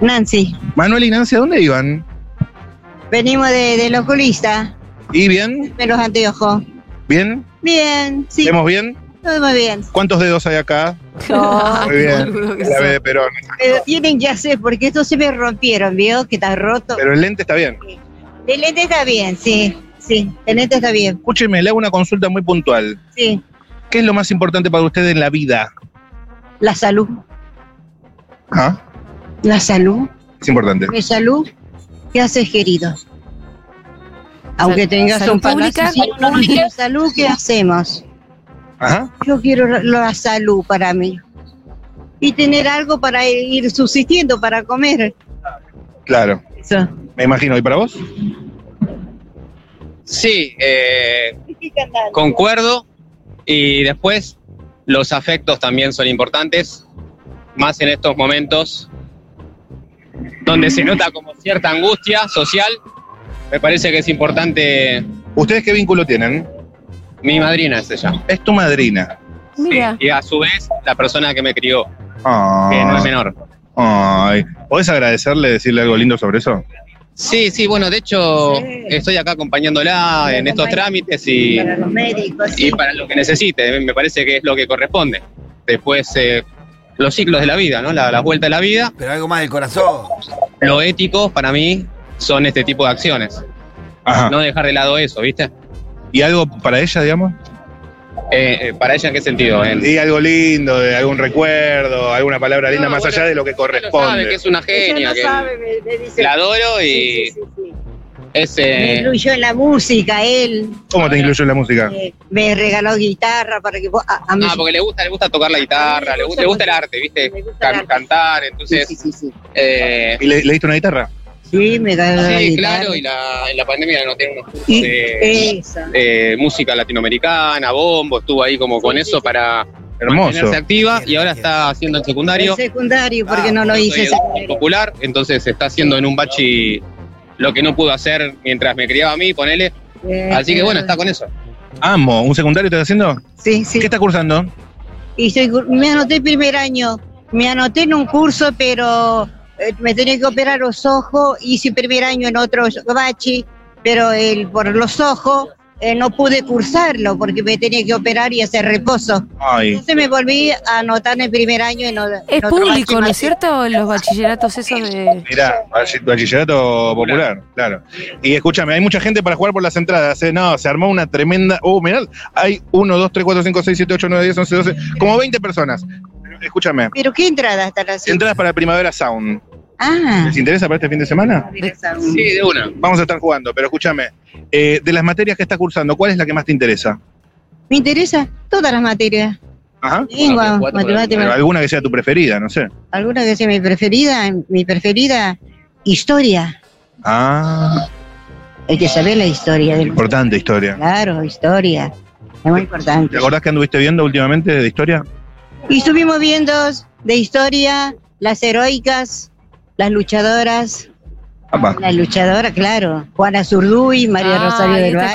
Speaker 9: Nancy,
Speaker 3: Manuel y Nancy, ¿a dónde iban?
Speaker 9: venimos de, del oculista,
Speaker 3: ¿Y bien?
Speaker 9: de los anteojos.
Speaker 3: ¿Bien?
Speaker 9: Bien, sí.
Speaker 3: ¿Vemos bien?
Speaker 9: Todo muy bien.
Speaker 3: ¿Cuántos dedos hay acá? Muy bien. La B de Perón.
Speaker 9: Pero tienen que hacer, porque estos se me rompieron, ¿vio? Que está roto.
Speaker 3: Pero el lente está bien.
Speaker 9: El lente está bien, sí. Sí, el lente está bien,
Speaker 3: Escúcheme, le hago una consulta muy puntual.
Speaker 9: sí.
Speaker 3: ¿Qué es lo más importante para usted en la vida?
Speaker 9: La salud.
Speaker 3: ¿Ah?
Speaker 9: La salud.
Speaker 3: Es importante.
Speaker 9: Mi salud te hace querido. Aunque
Speaker 1: Sal-
Speaker 9: tengas
Speaker 1: salud
Speaker 9: un palacio,
Speaker 1: pública.
Speaker 9: si no nos querés salud, ¿qué hacemos?
Speaker 3: Ajá.
Speaker 9: Yo quiero la- la salud para mí. Y tener algo para ir subsistiendo, para comer.
Speaker 3: Claro.
Speaker 9: Eso.
Speaker 3: Me imagino. ¿Y para vos?
Speaker 10: Sí, eh, concuerdo. Y después, los afectos también son importantes, más en estos momentos donde se nota como cierta angustia social. Me parece que es importante.
Speaker 3: ¿Ustedes qué vínculo tienen?
Speaker 10: Mi madrina es ella.
Speaker 3: Es tu madrina.
Speaker 1: Mira.
Speaker 10: Y a su vez, la persona que me crió, que
Speaker 3: Ay.
Speaker 10: no es menor.
Speaker 3: Ay. ¿Podés agradecerle, decirle algo lindo sobre eso?
Speaker 10: Sí, sí, bueno, de hecho, estoy acá acompañándola en estos trámites y.
Speaker 9: Para los médicos.
Speaker 10: y para lo que necesite. Me parece que es lo que corresponde. Después, eh, los ciclos de la vida, ¿no? La, la vuelta de la vida.
Speaker 2: Pero algo más del corazón.
Speaker 10: Lo ético para mí son este tipo de acciones. No dejar de lado eso, ¿viste?
Speaker 3: ¿Y algo para ella, digamos?
Speaker 10: Eh, eh, ¿Para ella en qué sentido? En-
Speaker 3: Y algo lindo, de algún recuerdo, alguna palabra linda,
Speaker 10: No,
Speaker 3: más
Speaker 10: bueno,
Speaker 3: allá de lo que corresponde.
Speaker 10: sabe que es una genia, que la adoro y es...
Speaker 9: Me
Speaker 10: eh,
Speaker 9: incluyó en la música, él.
Speaker 3: ¿Cómo te incluyó en la música?
Speaker 9: Eh, me regaló guitarra para que vos- a, a mí-
Speaker 10: Ah, porque le gusta, le gusta tocar la guitarra, le gusta, le gusta el arte, ¿viste? Can- cantar, entonces... eh,
Speaker 3: ¿Y le, le diste una guitarra?
Speaker 9: Sí, me regaló la
Speaker 10: Sí,
Speaker 9: guitarra.
Speaker 10: claro, y la, en la pandemia no tiene unos cursos
Speaker 9: Y
Speaker 10: de, de música latinoamericana, bombo, estuvo ahí como con eso para
Speaker 3: Hermoso.
Speaker 10: mantenerse activa y ahora está haciendo el secundario.
Speaker 9: El secundario, porque no lo
Speaker 10: Yo
Speaker 9: hice.
Speaker 10: soy educador popular, entonces está haciendo en un bachi lo que no pudo hacer mientras me criaba a mí, ponele.
Speaker 9: Eh,
Speaker 10: Así que bueno, está con eso.
Speaker 3: Amo. ¿Un secundario estás haciendo?
Speaker 9: Sí, sí.
Speaker 3: ¿Qué estás cursando?
Speaker 9: Y soy cur- me anoté primer año. Me anoté en un curso, pero eh, me tenía que operar los ojos. Hice primer año en otro bachi, pero el, por los ojos eh, no pude cursarlo porque me tenía que operar y hacer reposo.
Speaker 3: Ay.
Speaker 9: Entonces me volví a anotar en el primer año. En, o- en
Speaker 1: es
Speaker 9: otro
Speaker 1: público,
Speaker 9: bachi
Speaker 1: ¿no
Speaker 9: más.
Speaker 1: es cierto? Los bachilleratos esos de
Speaker 3: Mirá, bachil- bachillerato popular, claro. Y escúchame, hay mucha gente para jugar por las entradas. ¿eh? No, se armó una tremenda. Uh, mirá, hay 1, 2, 3, 4, 5, 6, 7, 8, 9, 10, 11, 12, como 20 personas. Escúchame.
Speaker 9: Pero qué entrada está la
Speaker 3: Entradas para Primavera Sound.
Speaker 9: Ah,
Speaker 3: ¿Les interesa para este fin de semana?
Speaker 10: Sí, de una.
Speaker 3: Vamos a estar jugando, pero escúchame. eh, de las materias que estás cursando, ¿cuál es la que más te interesa?
Speaker 9: me interesa todas las materias.
Speaker 3: Ajá.
Speaker 9: Lengua,
Speaker 3: Pero
Speaker 9: matemática,
Speaker 3: alguna que sea tu preferida, no sé.
Speaker 9: alguna que sea mi preferida, mi preferida, historia.
Speaker 3: Ah,
Speaker 9: Hay que saber la historia del
Speaker 3: importante historia.
Speaker 9: Claro, historia. Es muy importante.
Speaker 3: ¿Te acordás que anduviste viendo últimamente de historia?
Speaker 9: Y estuvimos viendo de historia las heroicas, las luchadoras, Una luchadora, claro. Juana Zurduy, María
Speaker 1: Ah,
Speaker 9: Rosario del
Speaker 1: esta
Speaker 9: Valle.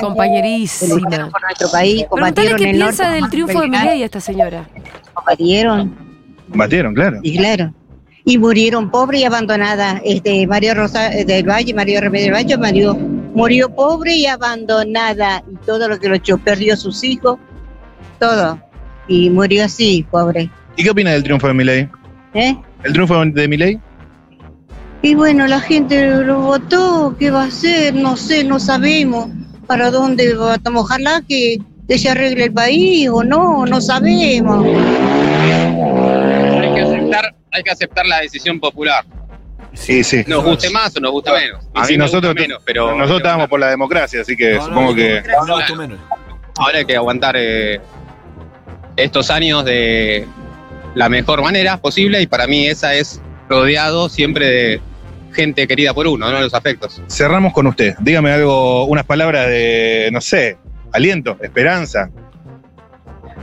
Speaker 9: que
Speaker 1: compañerísima.
Speaker 9: lucharon por nuestro país,
Speaker 1: Preguntale
Speaker 9: combatieron
Speaker 1: qué
Speaker 9: en el
Speaker 1: piensa
Speaker 9: norte,
Speaker 1: del triunfo de
Speaker 9: combatieron,
Speaker 1: Mireia esta señora.
Speaker 9: Combatieron,
Speaker 3: Batieron, claro.
Speaker 9: y claro. Y murieron pobres y abandonadas. Este, María Rosario del Valle, María Remedio del Valle, murió, murió pobre y abandonada. Y todo lo que lo echó, perdió sus hijos, todo. Y murió así, pobre.
Speaker 3: ¿Y qué opina del triunfo de Milei?
Speaker 9: ¿Eh?
Speaker 3: ¿El triunfo de Milei?
Speaker 9: Y bueno, la gente lo votó, ¿qué va a hacer? No sé, no sabemos para dónde va a Ojalá que se arregle el país o no, no sabemos.
Speaker 10: Hay que aceptar, hay que aceptar la decisión popular.
Speaker 3: Sí, sí.
Speaker 10: Nos guste más o nos gusta menos.
Speaker 3: A
Speaker 10: Y
Speaker 3: mí
Speaker 10: sí, nos gusta
Speaker 3: nosotros,
Speaker 10: menos, pero
Speaker 3: nosotros estábamos por la democracia, así que supongo que...
Speaker 10: Claro. Ahora hay que aguantar eh, estos años de la mejor manera posible y para mí esa es rodeado siempre de gente querida por uno, ¿no? Los afectos.
Speaker 3: Cerramos con usted. Dígame algo, unas palabras de, no sé, aliento, esperanza.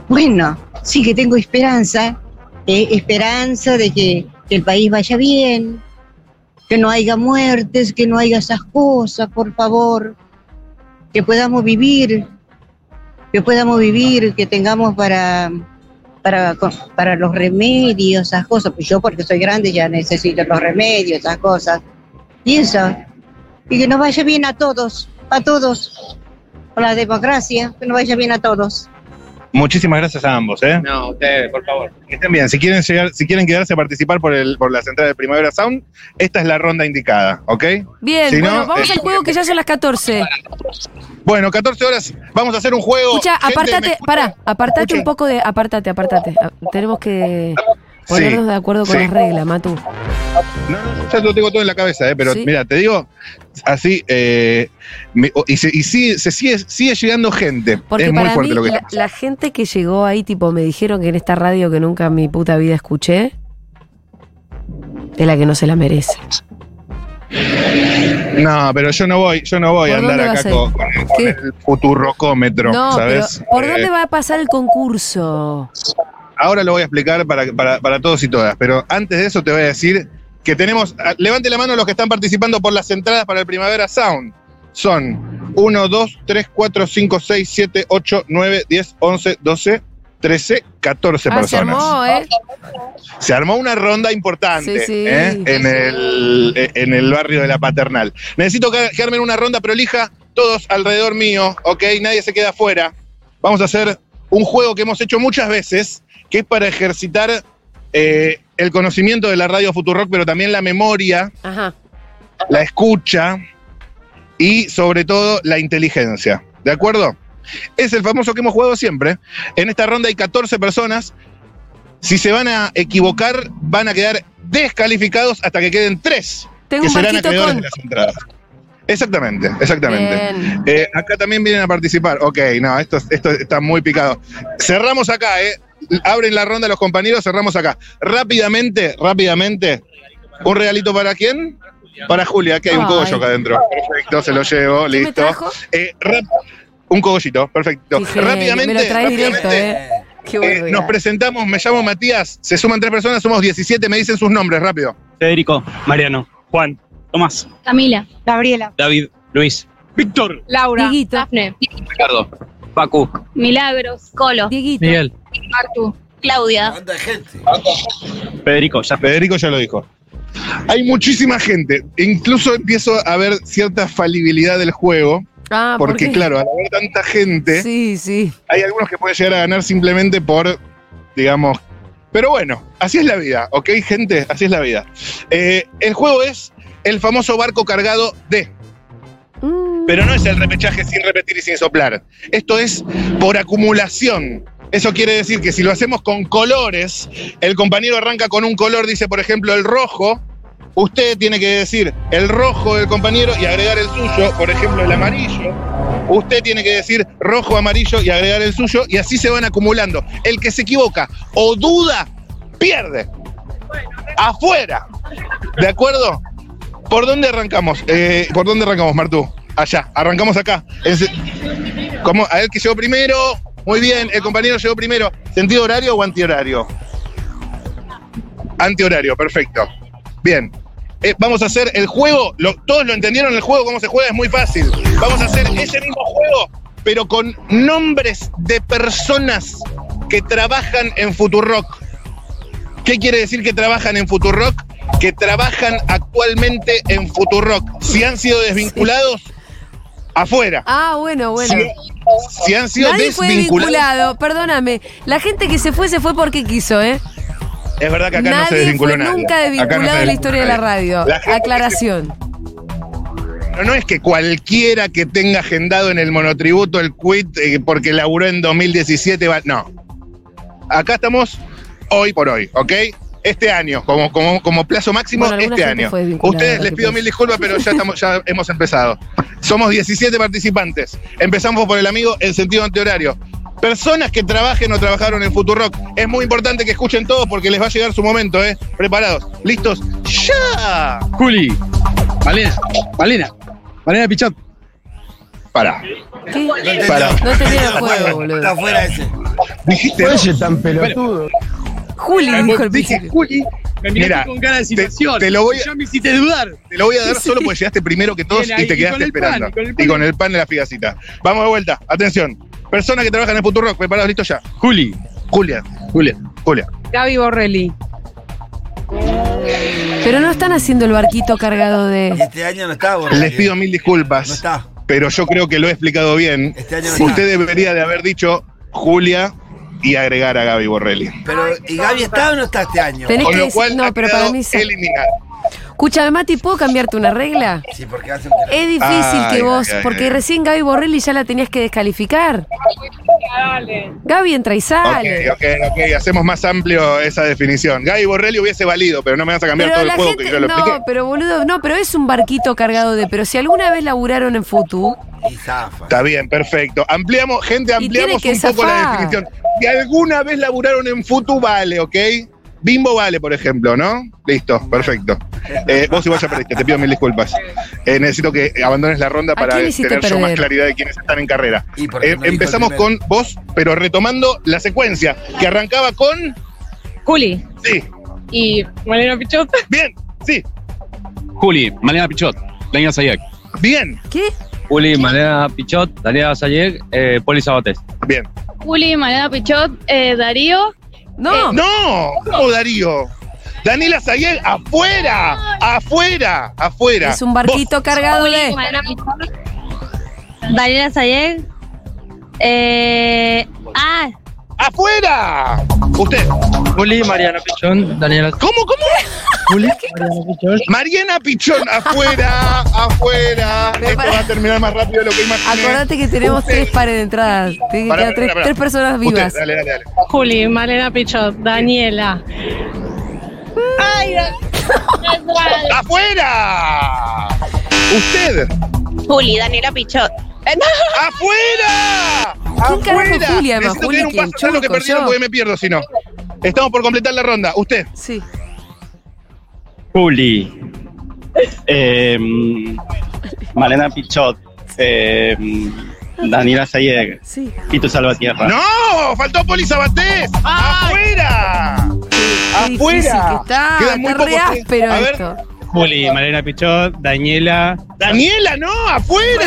Speaker 9: Bueno, sí que tengo esperanza, eh, esperanza de que, que el país vaya bien, que no haya muertes, que no haya esas cosas, por favor, que podamos vivir, que podamos vivir, que tengamos para, para, co- para los remedios, esas cosas, pues yo porque soy grande ya necesito los remedios, esas cosas, y eso, y que nos vaya bien a todos, a todos, con la democracia, que nos vaya bien a todos.
Speaker 3: Muchísimas gracias a ambos, ¿eh?
Speaker 10: No, ustedes, por favor.
Speaker 3: Que estén bien. Si quieren, llegar, si quieren quedarse a participar por, el, por la central de Primavera Sound, esta es la ronda indicada, ¿ok?
Speaker 1: Bien,
Speaker 3: Si no,
Speaker 1: bueno, vamos
Speaker 3: eh,
Speaker 1: al juego que ya son las 14.
Speaker 3: Bueno, 14 horas, vamos a hacer un juego.
Speaker 1: Escucha,
Speaker 3: Gente,
Speaker 1: apartate, pará, apartate un poco de. Apartate, apartate. A- Tenemos que ponernos de acuerdo con
Speaker 3: sí.
Speaker 1: las reglas, Matu.
Speaker 3: Ya lo tengo todo en la cabeza, ¿eh? pero
Speaker 1: Sí.
Speaker 3: mira, te digo, así, eh, me- o- y, se, y sigue, se sigue, sigue llegando gente.
Speaker 1: Porque
Speaker 3: es muy
Speaker 1: para mí,
Speaker 3: fuerte lo que
Speaker 1: la,
Speaker 3: está
Speaker 1: la gente que llegó ahí, tipo, me dijeron que en esta radio que nunca en mi puta vida escuché, es la que no se la merece.
Speaker 3: No, pero yo no voy, yo no voy a
Speaker 1: ¿Por
Speaker 3: andar
Speaker 1: dónde vas
Speaker 3: acá
Speaker 1: a ir?
Speaker 3: con, con el- con
Speaker 1: ¿Qué?
Speaker 3: el futurrocómetro,
Speaker 1: no,
Speaker 3: ¿sabes?
Speaker 1: pero ¿por
Speaker 3: Eh,
Speaker 1: dónde va a pasar el concurso?
Speaker 3: Ahora lo voy a explicar para, para- para todos y todas, pero antes de eso te voy a decir que tenemos, ah, levante la mano los que están participando por las entradas para el Primavera Sound. Son 1, 2, 3, 4, 5, 6, 7, 8, 9, 10, 11, 12, 13, 14
Speaker 1: Ah, se
Speaker 3: personas.
Speaker 1: armó, ¿eh?
Speaker 3: Se armó una ronda importante
Speaker 1: Sí, sí.
Speaker 3: ¿eh? En, el, eh, en el barrio de la Paternal. Necesito que, que armen una ronda prolija, todos alrededor mío, ¿ok? Nadie se queda afuera. Vamos a hacer un juego que hemos hecho muchas veces, que es para ejercitar eh, el conocimiento de la radio Futurock, pero también la memoria,
Speaker 1: Ajá.
Speaker 3: la escucha y sobre todo la inteligencia. ¿De acuerdo? Es el famoso que hemos jugado siempre. En esta ronda hay 14 personas. Si se van a equivocar, van a quedar descalificados hasta que queden tres.
Speaker 1: Tengo
Speaker 3: que
Speaker 1: un
Speaker 3: serán
Speaker 1: barquito
Speaker 3: acreedores
Speaker 1: con.
Speaker 3: de las entradas. Exactamente, exactamente.
Speaker 1: Bien.
Speaker 3: Eh, acá también vienen a participar. Ok, no, esto, esto está muy picado. Cerramos acá, ¿eh? Abren la ronda los compañeros, cerramos acá. Rápidamente, rápidamente. ¿Un regalito para quién? Para Julia, que hay un
Speaker 1: Ay.
Speaker 3: cogollo acá adentro. Perfecto, se lo llevo,
Speaker 1: ¿Qué me
Speaker 3: listo.
Speaker 1: trajo?
Speaker 3: Eh, rap- un cogollito, perfecto.
Speaker 1: Dije,
Speaker 3: rápidamente,
Speaker 1: me lo traes directo,
Speaker 3: rápidamente,
Speaker 1: ¿eh? Qué
Speaker 3: eh,
Speaker 1: barbaridad.
Speaker 3: nos presentamos, me llamo Matías, se suman tres personas, somos 17, me dicen sus nombres, rápido.
Speaker 14: Federico, Mariano, Juan, Tomás,
Speaker 8: Camila. Gabriela.
Speaker 14: David, Luis, Víctor,
Speaker 8: Laura. Dafne.
Speaker 14: Ricardo, Facu,
Speaker 8: Milagros. Colo.
Speaker 1: Dieguito.
Speaker 14: Miguel,
Speaker 8: Martu. Claudia.
Speaker 14: Federico, ya.
Speaker 3: Federico ya lo dijo. Hay muchísima gente, incluso empiezo a ver cierta falibilidad del juego,
Speaker 1: Ah, ¿por
Speaker 3: porque
Speaker 1: qué?
Speaker 3: claro, al haber tanta gente,
Speaker 1: Sí, sí.
Speaker 3: hay algunos que pueden llegar a ganar simplemente por, digamos, pero bueno, así es la vida, ¿ok, gente? Así es la vida. Eh, el juego es el famoso barco cargado de.
Speaker 1: Mm.
Speaker 3: Pero no es el repechaje sin repetir y sin soplar. Esto es por acumulación. Eso quiere decir que si lo hacemos con colores, el compañero arranca con un color, dice por ejemplo el rojo, usted tiene que decir el rojo del compañero y agregar el suyo, por ejemplo el amarillo. Usted tiene que decir rojo, amarillo y agregar el suyo y así se van acumulando. El que se equivoca o duda, pierde. Afuera. ¿De acuerdo? ¿Por dónde arrancamos? Eh, ¿Por dónde arrancamos, Martú? Allá, arrancamos acá. Es- ¿Cómo? A él que llegó primero. Muy bien, el compañero llegó primero. ¿Sentido horario o antihorario? Antihorario, perfecto. Bien. eh, vamos a hacer el juego. Lo- todos lo entendieron el juego, cómo se juega, es muy fácil. Vamos a hacer ese mismo juego, pero con nombres de personas que trabajan en Futurock. ¿Qué quiere decir que trabajan en Futurock? Que trabajan actualmente en Futurock. Si han sido desvinculados, afuera.
Speaker 1: Ah, bueno, bueno.
Speaker 3: Si han sido
Speaker 1: Nadie fue
Speaker 3: desvinculados.
Speaker 1: vinculado, perdóname. La gente que se fue, se fue porque quiso, ¿eh?
Speaker 3: Es verdad que acá
Speaker 1: nadie
Speaker 3: no se desvinculó
Speaker 1: fue
Speaker 3: nadie.
Speaker 1: nunca
Speaker 3: Acá no se
Speaker 1: desvinculado de la historia de la
Speaker 3: nadie.
Speaker 1: radio.
Speaker 3: La gente
Speaker 1: Aclaración.
Speaker 3: Pero no es que cualquiera que tenga agendado en el monotributo el quit eh, porque laburó en 2017 va. No. Acá estamos hoy por hoy, ¿ok? Este año, como, como, como plazo máximo,
Speaker 1: Bueno, alguna
Speaker 3: este
Speaker 1: gente
Speaker 3: año.
Speaker 1: fue desvinculada,
Speaker 3: Ustedes les
Speaker 1: ¿qué
Speaker 3: pido
Speaker 1: pasa?
Speaker 3: mil disculpas, pero ya, estamos, ya hemos empezado. Somos 17 participantes. Empezamos por el amigo en sentido antihorario. Personas que trabajen o trabajaron en Futurock. Es muy importante que escuchen todos porque les va a llegar su momento, ¿eh? Preparados, listos, ya.
Speaker 6: Juli, Malena, Malena, Malena Pichot.
Speaker 3: Para.
Speaker 1: ¿Qué?
Speaker 3: Pará.
Speaker 1: No tenía el juego, boludo. Pues
Speaker 2: Está fuera ese.
Speaker 3: Dijiste.
Speaker 13: Oye, tan pelotudo.
Speaker 1: Juli, dijo el
Speaker 6: Dije, Juli, me miraste
Speaker 3: Mira,
Speaker 6: con cara de situación.
Speaker 3: te lo voy a-
Speaker 6: Ya me hiciste dudar.
Speaker 3: Te lo voy a dar solo porque llegaste primero que todos
Speaker 6: Bien ahí,
Speaker 3: y te
Speaker 6: y
Speaker 3: quedaste
Speaker 6: con el pan,
Speaker 3: esperando.
Speaker 6: y con el
Speaker 3: y
Speaker 6: pan.
Speaker 3: con el pan de la figacita. Vamos de vuelta, atención. Personas que trabajan en Futurock, preparados, listos ya.
Speaker 6: Juli,
Speaker 3: Julia,
Speaker 6: Julia.
Speaker 3: Julia.
Speaker 12: Gaby Borrelli.
Speaker 1: Pero no están haciendo el barquito cargado de.
Speaker 2: Este año no está, boludo.
Speaker 3: Les pido mil
Speaker 2: No
Speaker 3: disculpas,
Speaker 2: está.
Speaker 3: pero yo creo que lo he explicado bien.
Speaker 2: Este año no está.
Speaker 3: Usted debería de haber dicho Julia y agregar a Gaby Borrelli.
Speaker 2: Pero, ¿y Gaby está o no está este año?
Speaker 1: Tenés
Speaker 3: Con
Speaker 1: que
Speaker 3: lo
Speaker 1: decir-
Speaker 3: cual,
Speaker 1: no,
Speaker 3: ha
Speaker 1: pero
Speaker 3: quedado
Speaker 1: para mí sí.
Speaker 3: eliminada.
Speaker 1: Escúchame, Mati, ¿puedo cambiarte una regla?
Speaker 2: Sí, porque hace
Speaker 1: Es difícil
Speaker 3: Ay,
Speaker 1: que vos,
Speaker 3: ay, ay,
Speaker 1: porque
Speaker 3: ay.
Speaker 1: recién Gaby Borrelli ya la tenías que descalificar. Gaby entra y sale.
Speaker 3: Ok, ok, ok. Hacemos más amplio esa definición. Gaby Borrelli hubiese valido, pero no me vas a cambiar
Speaker 1: Pero
Speaker 3: todo el
Speaker 1: la
Speaker 3: juego
Speaker 1: gente,
Speaker 3: que yo lo expliqué.
Speaker 1: no, pero boludo, no, pero es un barquito cargado de. Pero si alguna vez laburaron en Futu,
Speaker 2: Y zafa.
Speaker 3: Está bien, perfecto. Ampliamos, gente, ampliamos
Speaker 1: tiene
Speaker 3: un
Speaker 1: que
Speaker 3: poco la
Speaker 1: zafar.
Speaker 3: definición. Si alguna vez laburaron en Futu, vale, ¿ok? Bimbo vale, por ejemplo, ¿no? Listo, perfecto. Eh, vos igual ya perdiste, te pido mil disculpas. Eh, necesito que abandones la ronda
Speaker 1: ¿A
Speaker 3: para
Speaker 1: quién
Speaker 3: tener
Speaker 1: hiciste
Speaker 3: yo más
Speaker 1: perder?
Speaker 3: claridad de quiénes están en carrera.
Speaker 2: Y porque
Speaker 3: Eh,
Speaker 2: no dijo el
Speaker 3: empezamos con
Speaker 2: primero.
Speaker 3: vos, pero retomando la secuencia, que arrancaba con...
Speaker 8: Juli
Speaker 3: Sí,
Speaker 8: y Malena Pichot.
Speaker 3: bien, sí,
Speaker 14: Juli, Malena Pichot, Daniela Sayek.
Speaker 3: bien,
Speaker 1: ¿qué?
Speaker 10: Juli, Malena Pichot, Daniela Sayek, eh, Poli Sabates.
Speaker 3: bien.
Speaker 8: Juli, Malena Pichot, eh, Darío.
Speaker 1: No,
Speaker 3: Eh, No, ¿cómo Darío? Daniela Sayel, afuera, afuera, afuera.
Speaker 1: es un barquito cargado eh. de.
Speaker 8: Malena Pichot. Daniela Sayeg. Eh, ah,
Speaker 3: Vos, ¡Afuera! Usted.
Speaker 6: Juli, Mariana Pichón, Daniela.
Speaker 3: ¿Cómo, cómo?
Speaker 6: Juli, Mariana Pichón.
Speaker 3: Mariana Pichón, Ah, afuera, afuera.
Speaker 1: Me
Speaker 3: Esto
Speaker 1: pare-
Speaker 3: va a terminar más rápido de lo que imaginé.
Speaker 1: Acordate que tenemos
Speaker 3: Usted.
Speaker 1: tres pares de entradas. Tienen que
Speaker 3: Pará,
Speaker 1: quedar
Speaker 3: pará,
Speaker 1: tres,
Speaker 3: pará.
Speaker 1: tres personas
Speaker 3: Usted,
Speaker 1: vivas.
Speaker 3: dale, dale, dale.
Speaker 8: Juli, Malena Pichot, Daniela. Ay,
Speaker 3: ¡Afuera! Usted.
Speaker 11: Juli, Daniela Pichot.
Speaker 3: ¡Afuera!
Speaker 1: ¿Quién carajo
Speaker 3: ¡Afuera!
Speaker 1: Julia, ma?
Speaker 3: Necesito
Speaker 1: Juli,
Speaker 3: tener un
Speaker 1: ¿quién?
Speaker 3: paso atrás lo que
Speaker 1: Chusco,
Speaker 3: perdieron
Speaker 1: yo.
Speaker 3: porque me pierdo, si no. Estamos por completar la ronda. Usted.
Speaker 1: Sí.
Speaker 14: Juli. Eh, Malena Pichot. Eh, Daniela Sayek.
Speaker 1: Sí.
Speaker 14: Pito Salvatierra.
Speaker 3: ¡No! ¡Faltó Poli Sabatés! ¡Afuera!
Speaker 1: Qué difícil que
Speaker 3: ¡Afuera!
Speaker 1: está.
Speaker 3: Quedan muy
Speaker 1: Está re
Speaker 3: pocos-
Speaker 1: áspero
Speaker 3: A ver,
Speaker 1: esto.
Speaker 14: Juli, Malena Pichot, Daniela.
Speaker 3: Daniela, no, afuera.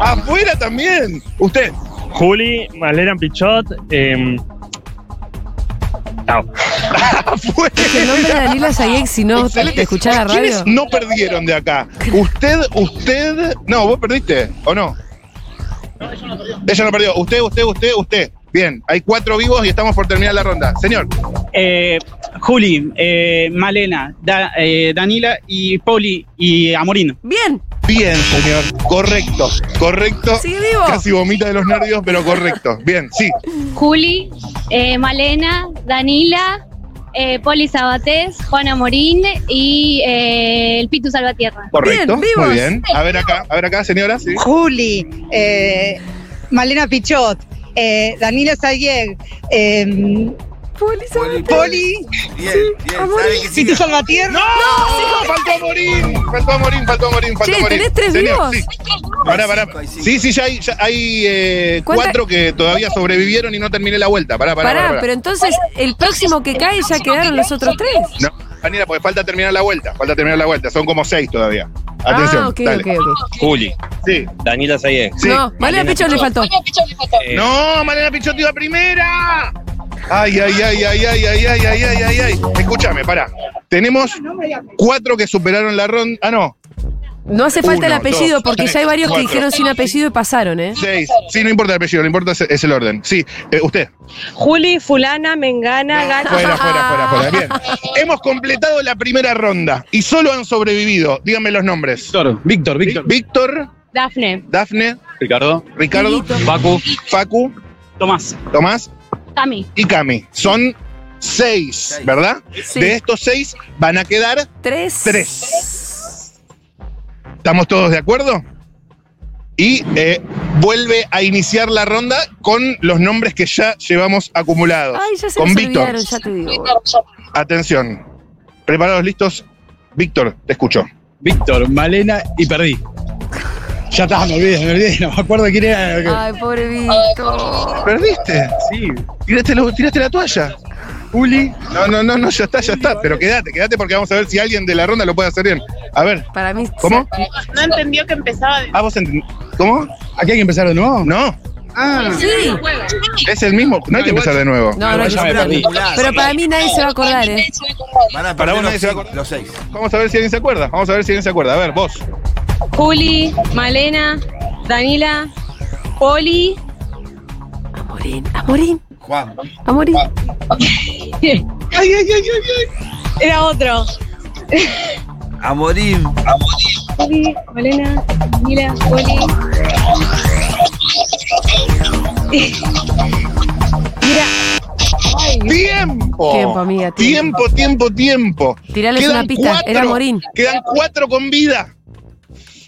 Speaker 3: afuera también. Usted.
Speaker 15: Juli, Malena Pichot, eh,
Speaker 1: El
Speaker 3: Afuera.
Speaker 1: nombre de Daniela Sayek, si no te
Speaker 3: Pues. Excelente.
Speaker 1: escuchás la radio.
Speaker 3: ¿Quiénes no perdieron de acá? Usted, usted. No, vos perdiste, ¿o no? Ella no perdió. Usted, usted, usted, usted. Bien, hay cuatro vivos y estamos por terminar la ronda. Señor,
Speaker 15: eh, Juli, eh, Malena, Da- eh, Danila y Poli y Amorín.
Speaker 1: Bien,
Speaker 3: bien, señor. Correcto, correcto.
Speaker 1: sigue vivo.
Speaker 3: Casi vomita de los nervios, pero correcto. Bien, sí.
Speaker 8: Juli, eh, Malena, Danila, eh, Poli Sabatés, Juana Morín y eh, el Pitu Salvatierra.
Speaker 3: Correcto.
Speaker 1: Bien, vivos.
Speaker 3: Muy bien. A ver acá, a ver acá, señora. Sí.
Speaker 9: Juli, eh, Malena Pichot, eh, Danila Sayeg, eh,
Speaker 1: Poli Sabatés.
Speaker 9: Poli,
Speaker 2: Bien, bien. Sabe que sí.
Speaker 9: Tito Salvatierra.
Speaker 3: ¡No! ¡Faltó a morir! ¡Faltó a morir! ¡Faltó a morir! ¡Faltó a
Speaker 1: Che,
Speaker 3: morir!
Speaker 1: ¿tenés tres
Speaker 3: Señor,
Speaker 1: vivos?
Speaker 3: sí. Pará, pará.
Speaker 2: cinco, hay cinco.
Speaker 3: Sí, sí, ya hay, ya hay eh,
Speaker 1: ¿Cuánta-
Speaker 3: cuatro que todavía sobrevivieron y no terminé la vuelta. Pará, pará,
Speaker 1: Pará,
Speaker 3: pará. pará.
Speaker 1: pero entonces el próximo que cae ya quedaron los otros tres.
Speaker 3: No. Daniela, porque falta terminar la vuelta. Falta terminar la vuelta. Son como seis todavía. Atención.
Speaker 1: ah, ok,
Speaker 3: dale.
Speaker 1: ok, ok.
Speaker 10: Juli.
Speaker 3: Sí.
Speaker 10: Daniela Sayeg.
Speaker 1: No, Malena Pichot le faltó.
Speaker 10: Eh,
Speaker 3: ¡No! ¡Mariana Pichot iba primera! Ay, ay, ay, ay, ay, ay, ay, ay, ay, ay, ay. Escúchame, pará. Tenemos cuatro que superaron la ronda. Ah, no.
Speaker 1: No hace falta el
Speaker 3: Uno,
Speaker 1: apellido,
Speaker 3: dos,
Speaker 1: porque
Speaker 3: tres,
Speaker 1: ya hay varios
Speaker 3: cuatro.
Speaker 1: que dijeron sin apellido y pasaron, ¿eh?
Speaker 3: Seis. Sí, no importa el apellido, lo importa es- es el orden. Sí, eh, usted.
Speaker 16: Juli, fulana, mengana, gana.
Speaker 3: Fuera, fuera, fuera, fuera. Bien. Hemos completado la primera ronda y solo han sobrevivido. Díganme los nombres. Víctor, Víctor, Víctor. Víctor,
Speaker 8: Dafne.
Speaker 3: Dafne,
Speaker 14: Ricardo.
Speaker 3: Ricardo,
Speaker 14: Facu.
Speaker 3: Facu, Tomás. Tomás
Speaker 8: Cami.
Speaker 3: y Cami. Son seis, ¿verdad?
Speaker 8: Sí.
Speaker 3: De estos seis van a quedar
Speaker 1: tres.
Speaker 3: ¿Estamos todos de acuerdo? Y eh, vuelve a iniciar la ronda con los nombres que ya llevamos acumulados.
Speaker 1: Ay, ya se
Speaker 3: con
Speaker 1: los
Speaker 3: Víctor.
Speaker 1: olvidaron, ya te digo.
Speaker 3: Atención. ¿Preparados, listos? Víctor, te escucho.
Speaker 14: Víctor, Malena y perdí.
Speaker 6: Ya está, me olvidé, me olvidé, no me acuerdo quién era.
Speaker 1: Ay, pobre Víctor.
Speaker 3: ¿Perdiste? Sí. Tiraste, lo- tiraste la toalla. Uli. No, no, no, no, ya está, ya está. Pero quédate, quédate porque vamos a ver si alguien de la ronda lo puede hacer bien. A ver.
Speaker 1: Para mí.
Speaker 3: ¿Cómo?
Speaker 16: No entendió que empezaba de
Speaker 3: Ah, vos entendés. ¿Cómo? ¿Aquí hay que empezar de nuevo? No. Ah,
Speaker 1: Sí.
Speaker 3: es el mismo. No hay que empezar de nuevo.
Speaker 1: No, no hay que
Speaker 3: Ya me
Speaker 1: superarlo.
Speaker 3: perdí.
Speaker 1: Pero para mí nadie se va a acordar, ¿eh?
Speaker 2: Para,
Speaker 3: Para vos
Speaker 2: uno
Speaker 3: nadie se va a
Speaker 2: Los seis.
Speaker 3: Vamos a ver si alguien se acuerda. Vamos a ver si alguien se acuerda. A ver, vos.
Speaker 8: Juli, Malena, Danila, Poli.
Speaker 1: Amorín, Amorín,
Speaker 2: Juan.
Speaker 1: Amorín.
Speaker 8: ay, ay, ay, Era otro.
Speaker 2: Amorín.
Speaker 8: Juli, Malena, Danila, Poli.
Speaker 3: Mira. Tiempo.
Speaker 1: Tiempo, amiga, tiempo.
Speaker 3: Tiempo, tiempo, tiempo.
Speaker 1: Tirales
Speaker 3: Quedan
Speaker 1: una pista,
Speaker 3: cuatro.
Speaker 1: era Morín.
Speaker 3: Quedan cuatro con vida.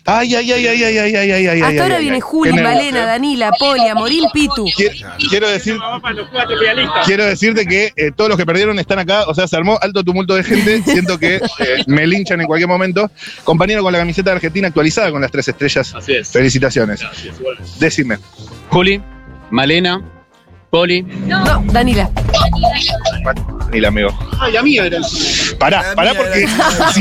Speaker 3: Ay, ay, ay, ay, ay, ay, ay, ay, ay. ay,
Speaker 1: Hasta ahora
Speaker 3: ay,
Speaker 1: viene
Speaker 3: ay.
Speaker 1: Juli,
Speaker 3: Qué nervios,
Speaker 1: Malena,
Speaker 3: eh.
Speaker 1: Danila, Poli, Amorín, Pitu.
Speaker 3: Quiero- Quiero decir. Quiero decirte que eh, todos los que perdieron están acá, o sea, se armó alto tumulto de gente, siento que eh, me linchan en cualquier momento. Compañero con la camiseta de Argentina actualizada con las tres estrellas.
Speaker 14: Así es.
Speaker 3: Felicitaciones. Decime.
Speaker 14: Juli, Malena, Poli.
Speaker 1: No, Danila.
Speaker 3: Ni la amigo.
Speaker 6: Ay, la mía era.
Speaker 3: Pará, pará, porque si,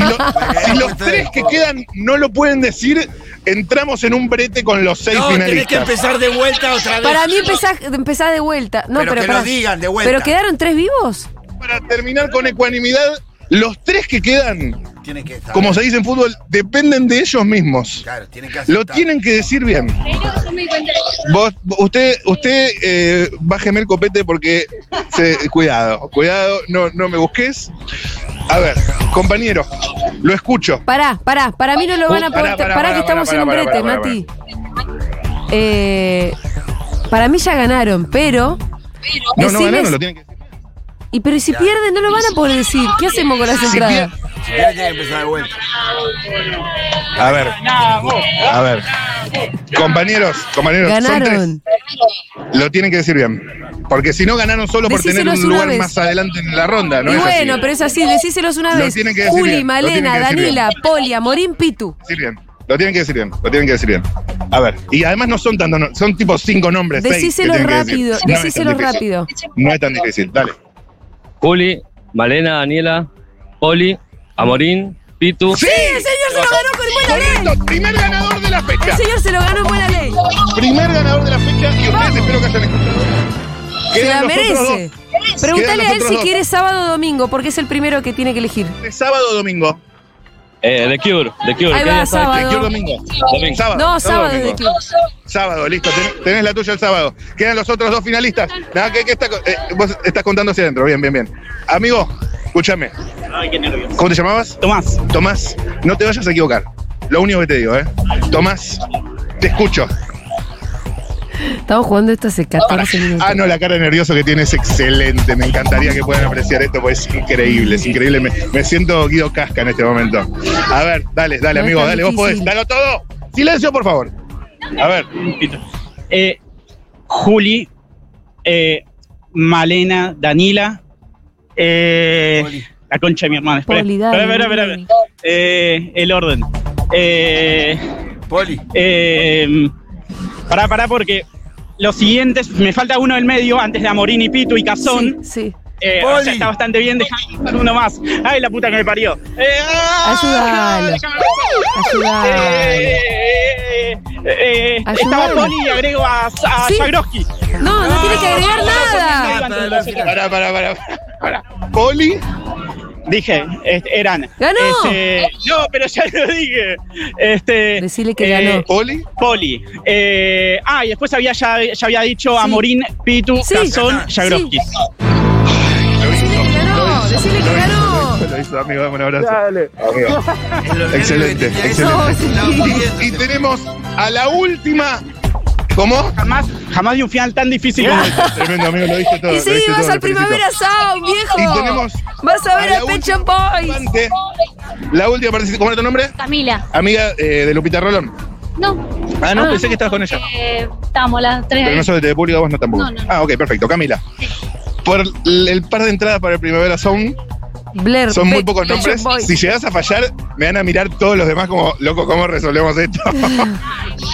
Speaker 3: lo- si los tres que quedan no lo pueden decir, entramos en un brete con los seis
Speaker 4: No,
Speaker 3: finalistas.
Speaker 4: tenés que empezar de vuelta otra vez.
Speaker 1: Para mí empezás, empezás de vuelta. No, pero,
Speaker 4: Pero que
Speaker 1: pará.
Speaker 4: lo digan, de vuelta.
Speaker 1: ¿Pero quedaron tres vivos?
Speaker 3: Para terminar con ecuanimidad, los tres que quedan,
Speaker 2: Tienen que estar.
Speaker 3: como se dice en fútbol, dependen de ellos mismos.
Speaker 2: Claro, tienen que
Speaker 3: Lo
Speaker 2: aceptar.
Speaker 3: tienen que decir bien. Vos, usted, usted eh, bájeme el copete porque se- cuidado, cuidado, no, no me busques. A ver, compañero, lo escucho.
Speaker 1: Pará, pará, para mí no lo van a
Speaker 3: Uh,
Speaker 1: poder.
Speaker 3: pará,
Speaker 1: Pará,
Speaker 3: pará,
Speaker 1: que
Speaker 3: pará,
Speaker 1: estamos
Speaker 3: pará,
Speaker 1: en un
Speaker 3: pará,
Speaker 1: brete,
Speaker 3: pará,
Speaker 1: Mati. Eh, para mí ya ganaron, pero.
Speaker 3: No, no
Speaker 1: deciles-
Speaker 3: ganaron, lo tienen que
Speaker 1: Y pero si pierden, no lo van a poder decir. ¿Qué hacemos con las
Speaker 3: Si
Speaker 1: entradas?
Speaker 2: Tienen que empezar de vuelta.
Speaker 3: A ver, a ver. Compañeros, compañeros, son
Speaker 1: Ganaron.
Speaker 3: tres. Lo tienen que decir bien. Porque si no ganaron solo por tener
Speaker 1: Decíselos
Speaker 3: un
Speaker 1: una
Speaker 3: lugar
Speaker 1: vez.
Speaker 3: más adelante en la ronda, ¿no?
Speaker 1: y
Speaker 3: es así.
Speaker 1: bueno, pero es así, decíselos una
Speaker 3: Lo
Speaker 1: vez.
Speaker 3: tienen que decir
Speaker 1: Juli,
Speaker 3: bien, lo tienen
Speaker 1: Malena,
Speaker 3: que decir
Speaker 1: Danila, Poli, Amorín, Pitu.
Speaker 3: Decir bien. Lo tienen que decir bien, lo tienen que decir bien. A ver, y además no son tantos, no- son tipo cinco nombres. seis que
Speaker 1: Decíselos
Speaker 3: tienen que decir.
Speaker 1: rápido,
Speaker 3: No es tan
Speaker 1: decíselos
Speaker 3: difícil.
Speaker 1: rápido.
Speaker 3: No es tan difícil, dale.
Speaker 10: Juli, Malena, Daniela, Poli, Amorín, Pitu.
Speaker 3: ¡Sí!
Speaker 1: El señor se lo ganó con buena ley.
Speaker 3: Correcto, primer ganador de la
Speaker 1: El
Speaker 3: fecha.
Speaker 1: señor se lo ganó en buena ley.
Speaker 3: Primer ganador de la fecha y ustedes espero que hayan escuchado.
Speaker 1: Se
Speaker 3: Quedan
Speaker 1: la
Speaker 3: los otros
Speaker 1: merece.
Speaker 3: dos.
Speaker 1: Pregúntale
Speaker 3: Quedan
Speaker 1: a él
Speaker 3: los
Speaker 1: si
Speaker 3: otros
Speaker 1: quiere sábado o domingo, porque es el primero que tiene que elegir.
Speaker 3: dos. Sábado o domingo.
Speaker 10: Eh, The Cure, The Cure.
Speaker 1: Ahí
Speaker 10: ¿qué
Speaker 1: va,
Speaker 10: día está?
Speaker 1: sábado.
Speaker 3: ¿De qué hora domingo?
Speaker 10: Domingo.
Speaker 3: Sábado.
Speaker 1: No, sábado es
Speaker 3: domingo.
Speaker 1: de club.
Speaker 3: Sábado, listo. ten- tenés la tuya el sábado. Quedan los otros dos finalistas. Nada, que, que está, co- eh, vos estás contando hacia adentro. Bien, bien, bien. Amigo, escúchame.
Speaker 14: Ay, qué nervios.
Speaker 3: ¿Cómo te llamabas?
Speaker 14: Tomás.
Speaker 3: Tomás, no te vayas a equivocar. Lo único que te digo, ¿eh? Tomás, te escucho.
Speaker 1: Estamos jugando esto hace 14 minutos.
Speaker 3: Ah, no, la cara de nervioso que tienes es excelente. Me encantaría que puedan apreciar esto, porque es increíble, es increíble. Me, me siento Guido Casca en este momento. A ver, dale,
Speaker 1: No
Speaker 3: dale,
Speaker 1: es
Speaker 3: amigo,
Speaker 1: tan
Speaker 3: dale, vos podés.
Speaker 1: difícil.
Speaker 3: Dalo todo. Silencio, por favor. A ver.
Speaker 15: Eh, Juli, eh, Malena, Danila, eh, la concha de mi hermana. Espera,
Speaker 1: Poli,
Speaker 15: espera,
Speaker 1: dale,
Speaker 15: espera, espera,
Speaker 1: dale.
Speaker 15: espera. Eh, el orden. Eh,
Speaker 2: Poli.
Speaker 15: eh, pará, pará, porque los siguientes, me falta uno del medio antes de Amorín y Pitu y Cazón.
Speaker 1: Sí, sí.
Speaker 15: Eh, o sea, está bastante bien, déjame pasar uno más. Ay, la puta que me parió. Eh, ah,
Speaker 3: ¡Eh!
Speaker 1: Ayúdalo. Ayúdalo.
Speaker 15: eh,
Speaker 1: Ayúdame.
Speaker 15: estaba Poli y agrego a, a
Speaker 1: Sí.
Speaker 15: Zagroski.
Speaker 1: No, no tiene que agregar nada.
Speaker 15: Pará, pará, pará, pará. Poli. Dije, este, eran.
Speaker 1: ¡Ganó!
Speaker 15: Este, no, pero ya lo dije. Este,
Speaker 1: Decirle que
Speaker 15: eh,
Speaker 1: ganó.
Speaker 15: Poli. Poli. Eh, ah, y después había, ya, ya había dicho a Morín, Pitu, Cazón, Jagroski.
Speaker 1: Ganó, decirle que ganó.
Speaker 3: Lo hizo, amigo, dame un abrazo.
Speaker 5: Dale.
Speaker 3: Amigo. Excelente, excelente. Y, y tenemos a la última. ¿Cómo?
Speaker 15: Jamás, jamás vi un final tan difícil como este.
Speaker 3: Tremendo, amigo, lo diste todo.
Speaker 1: Y
Speaker 3: lo
Speaker 1: sí,
Speaker 3: diste
Speaker 1: vas
Speaker 3: todo,
Speaker 1: al
Speaker 3: te felicito.
Speaker 1: Primavera Sound, viejo.
Speaker 3: Y tenemos
Speaker 1: Vas a ver
Speaker 3: a
Speaker 1: a,
Speaker 3: la
Speaker 1: Pecho Boys.
Speaker 3: La última participante. ¿Cómo era tu nombre?
Speaker 8: Camila.
Speaker 3: Amiga eh, de Lupita Rolón.
Speaker 8: No,
Speaker 3: Ah, no,
Speaker 8: Ah,
Speaker 3: pensé que estabas con ella.
Speaker 8: eh, estamos las tres.
Speaker 3: Pero
Speaker 8: ahí.
Speaker 3: no sos de Telepública, vos no tampoco.
Speaker 8: No, no, no.
Speaker 3: Ah, ok, perfecto. Camila. Por el el par de entradas para el Primavera Sound,
Speaker 1: Blair,
Speaker 3: son muy
Speaker 1: Pe-
Speaker 3: pocos
Speaker 1: Pet Shop
Speaker 3: nombres.
Speaker 1: Boys.
Speaker 3: Si llegas a fallar, me van a mirar todos los demás como, loco, ¿cómo resolvemos esto?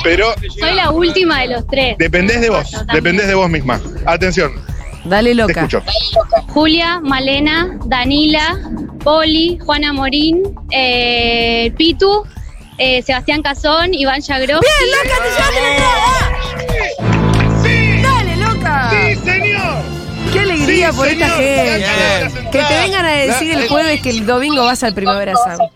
Speaker 3: Pero
Speaker 8: Soy la última de los tres.
Speaker 3: dependés de vos, dependés de vos misma. Atención,
Speaker 1: Dale
Speaker 3: te
Speaker 1: loca.
Speaker 3: escucho.
Speaker 8: Julia, Malena, Danila, Poli, Juana Morín, eh, Pitu, eh, Sebastián Cazón, Iván Yagro.
Speaker 1: ¡Bien, loca, te llevaste la Dale, loca.
Speaker 3: ¡Sí, señor!
Speaker 1: Qué alegría
Speaker 3: Sí,
Speaker 1: por
Speaker 3: señor.
Speaker 1: esta gente.
Speaker 3: Bien.
Speaker 1: Que te vengan a decir
Speaker 3: La-
Speaker 1: el jueves que el domingo vas al Primavera Sound.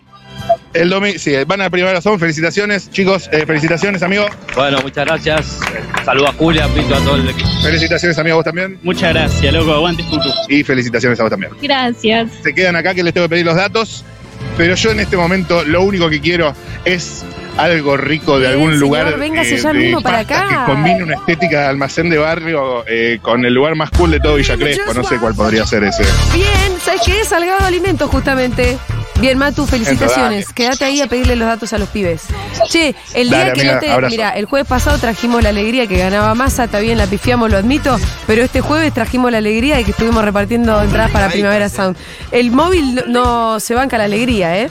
Speaker 3: El domingo, sí, van a Primavera Sound. Felicitaciones, chicos. eh, felicitaciones, amigo.
Speaker 17: Bueno, muchas gracias. Saludos a Julia, Pito, a todo el equipo.
Speaker 3: Felicitaciones, amigo, vos también.
Speaker 15: Muchas gracias, loco. Aguante, puto.
Speaker 3: Y felicitaciones a vos también.
Speaker 8: Gracias.
Speaker 3: se quedan acá que les tengo que pedir los datos. Pero yo en este momento lo único que quiero es algo rico de
Speaker 1: Bien,
Speaker 3: algún
Speaker 1: señor,
Speaker 3: lugar.
Speaker 1: véngase
Speaker 3: eh,
Speaker 1: ya
Speaker 3: de
Speaker 1: mismo para
Speaker 3: pastas
Speaker 1: acá.
Speaker 3: Que combine una estética de almacén de barrio eh, con el lugar más cool de todo Villa Crespo. No sé cuál podría ser ese.
Speaker 1: Bien, ¿sabes qué? Salgado de alimentos, justamente. Bien, Matu, felicitaciones. Quédate ahí a pedirle los datos a los pibes. Che, el día
Speaker 3: Dale,
Speaker 1: que
Speaker 3: amiga,
Speaker 1: no te.
Speaker 3: abrazo.
Speaker 1: Mira, el jueves pasado trajimos la alegría que ganaba masa, está bien, la pifiamos, lo admito. Pero este jueves trajimos la alegría de que estuvimos repartiendo entradas para Primavera Sound. El móvil no- no se banca la alegría, ¿eh?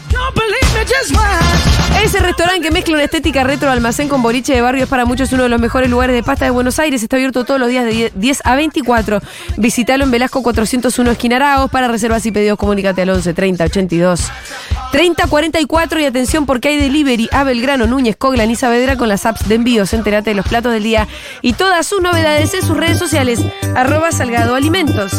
Speaker 1: Ese restaurante que mezcla una estética retro almacén con boliche de barrio es para muchos uno de los mejores lugares de pasta de Buenos Aires. Está abierto todos los días de 10 10 a 24. Visitalo en Velasco 401 Esquinaraos. Para reservas y pedidos, comunícate al 11 30 82 30 44. Y atención porque hay delivery a Belgrano, Núñez, Coglan y Saavedra con las apps de envíos. Entérate de los platos del día y todas sus novedades en sus redes sociales. Arroba Salgado Alimentos.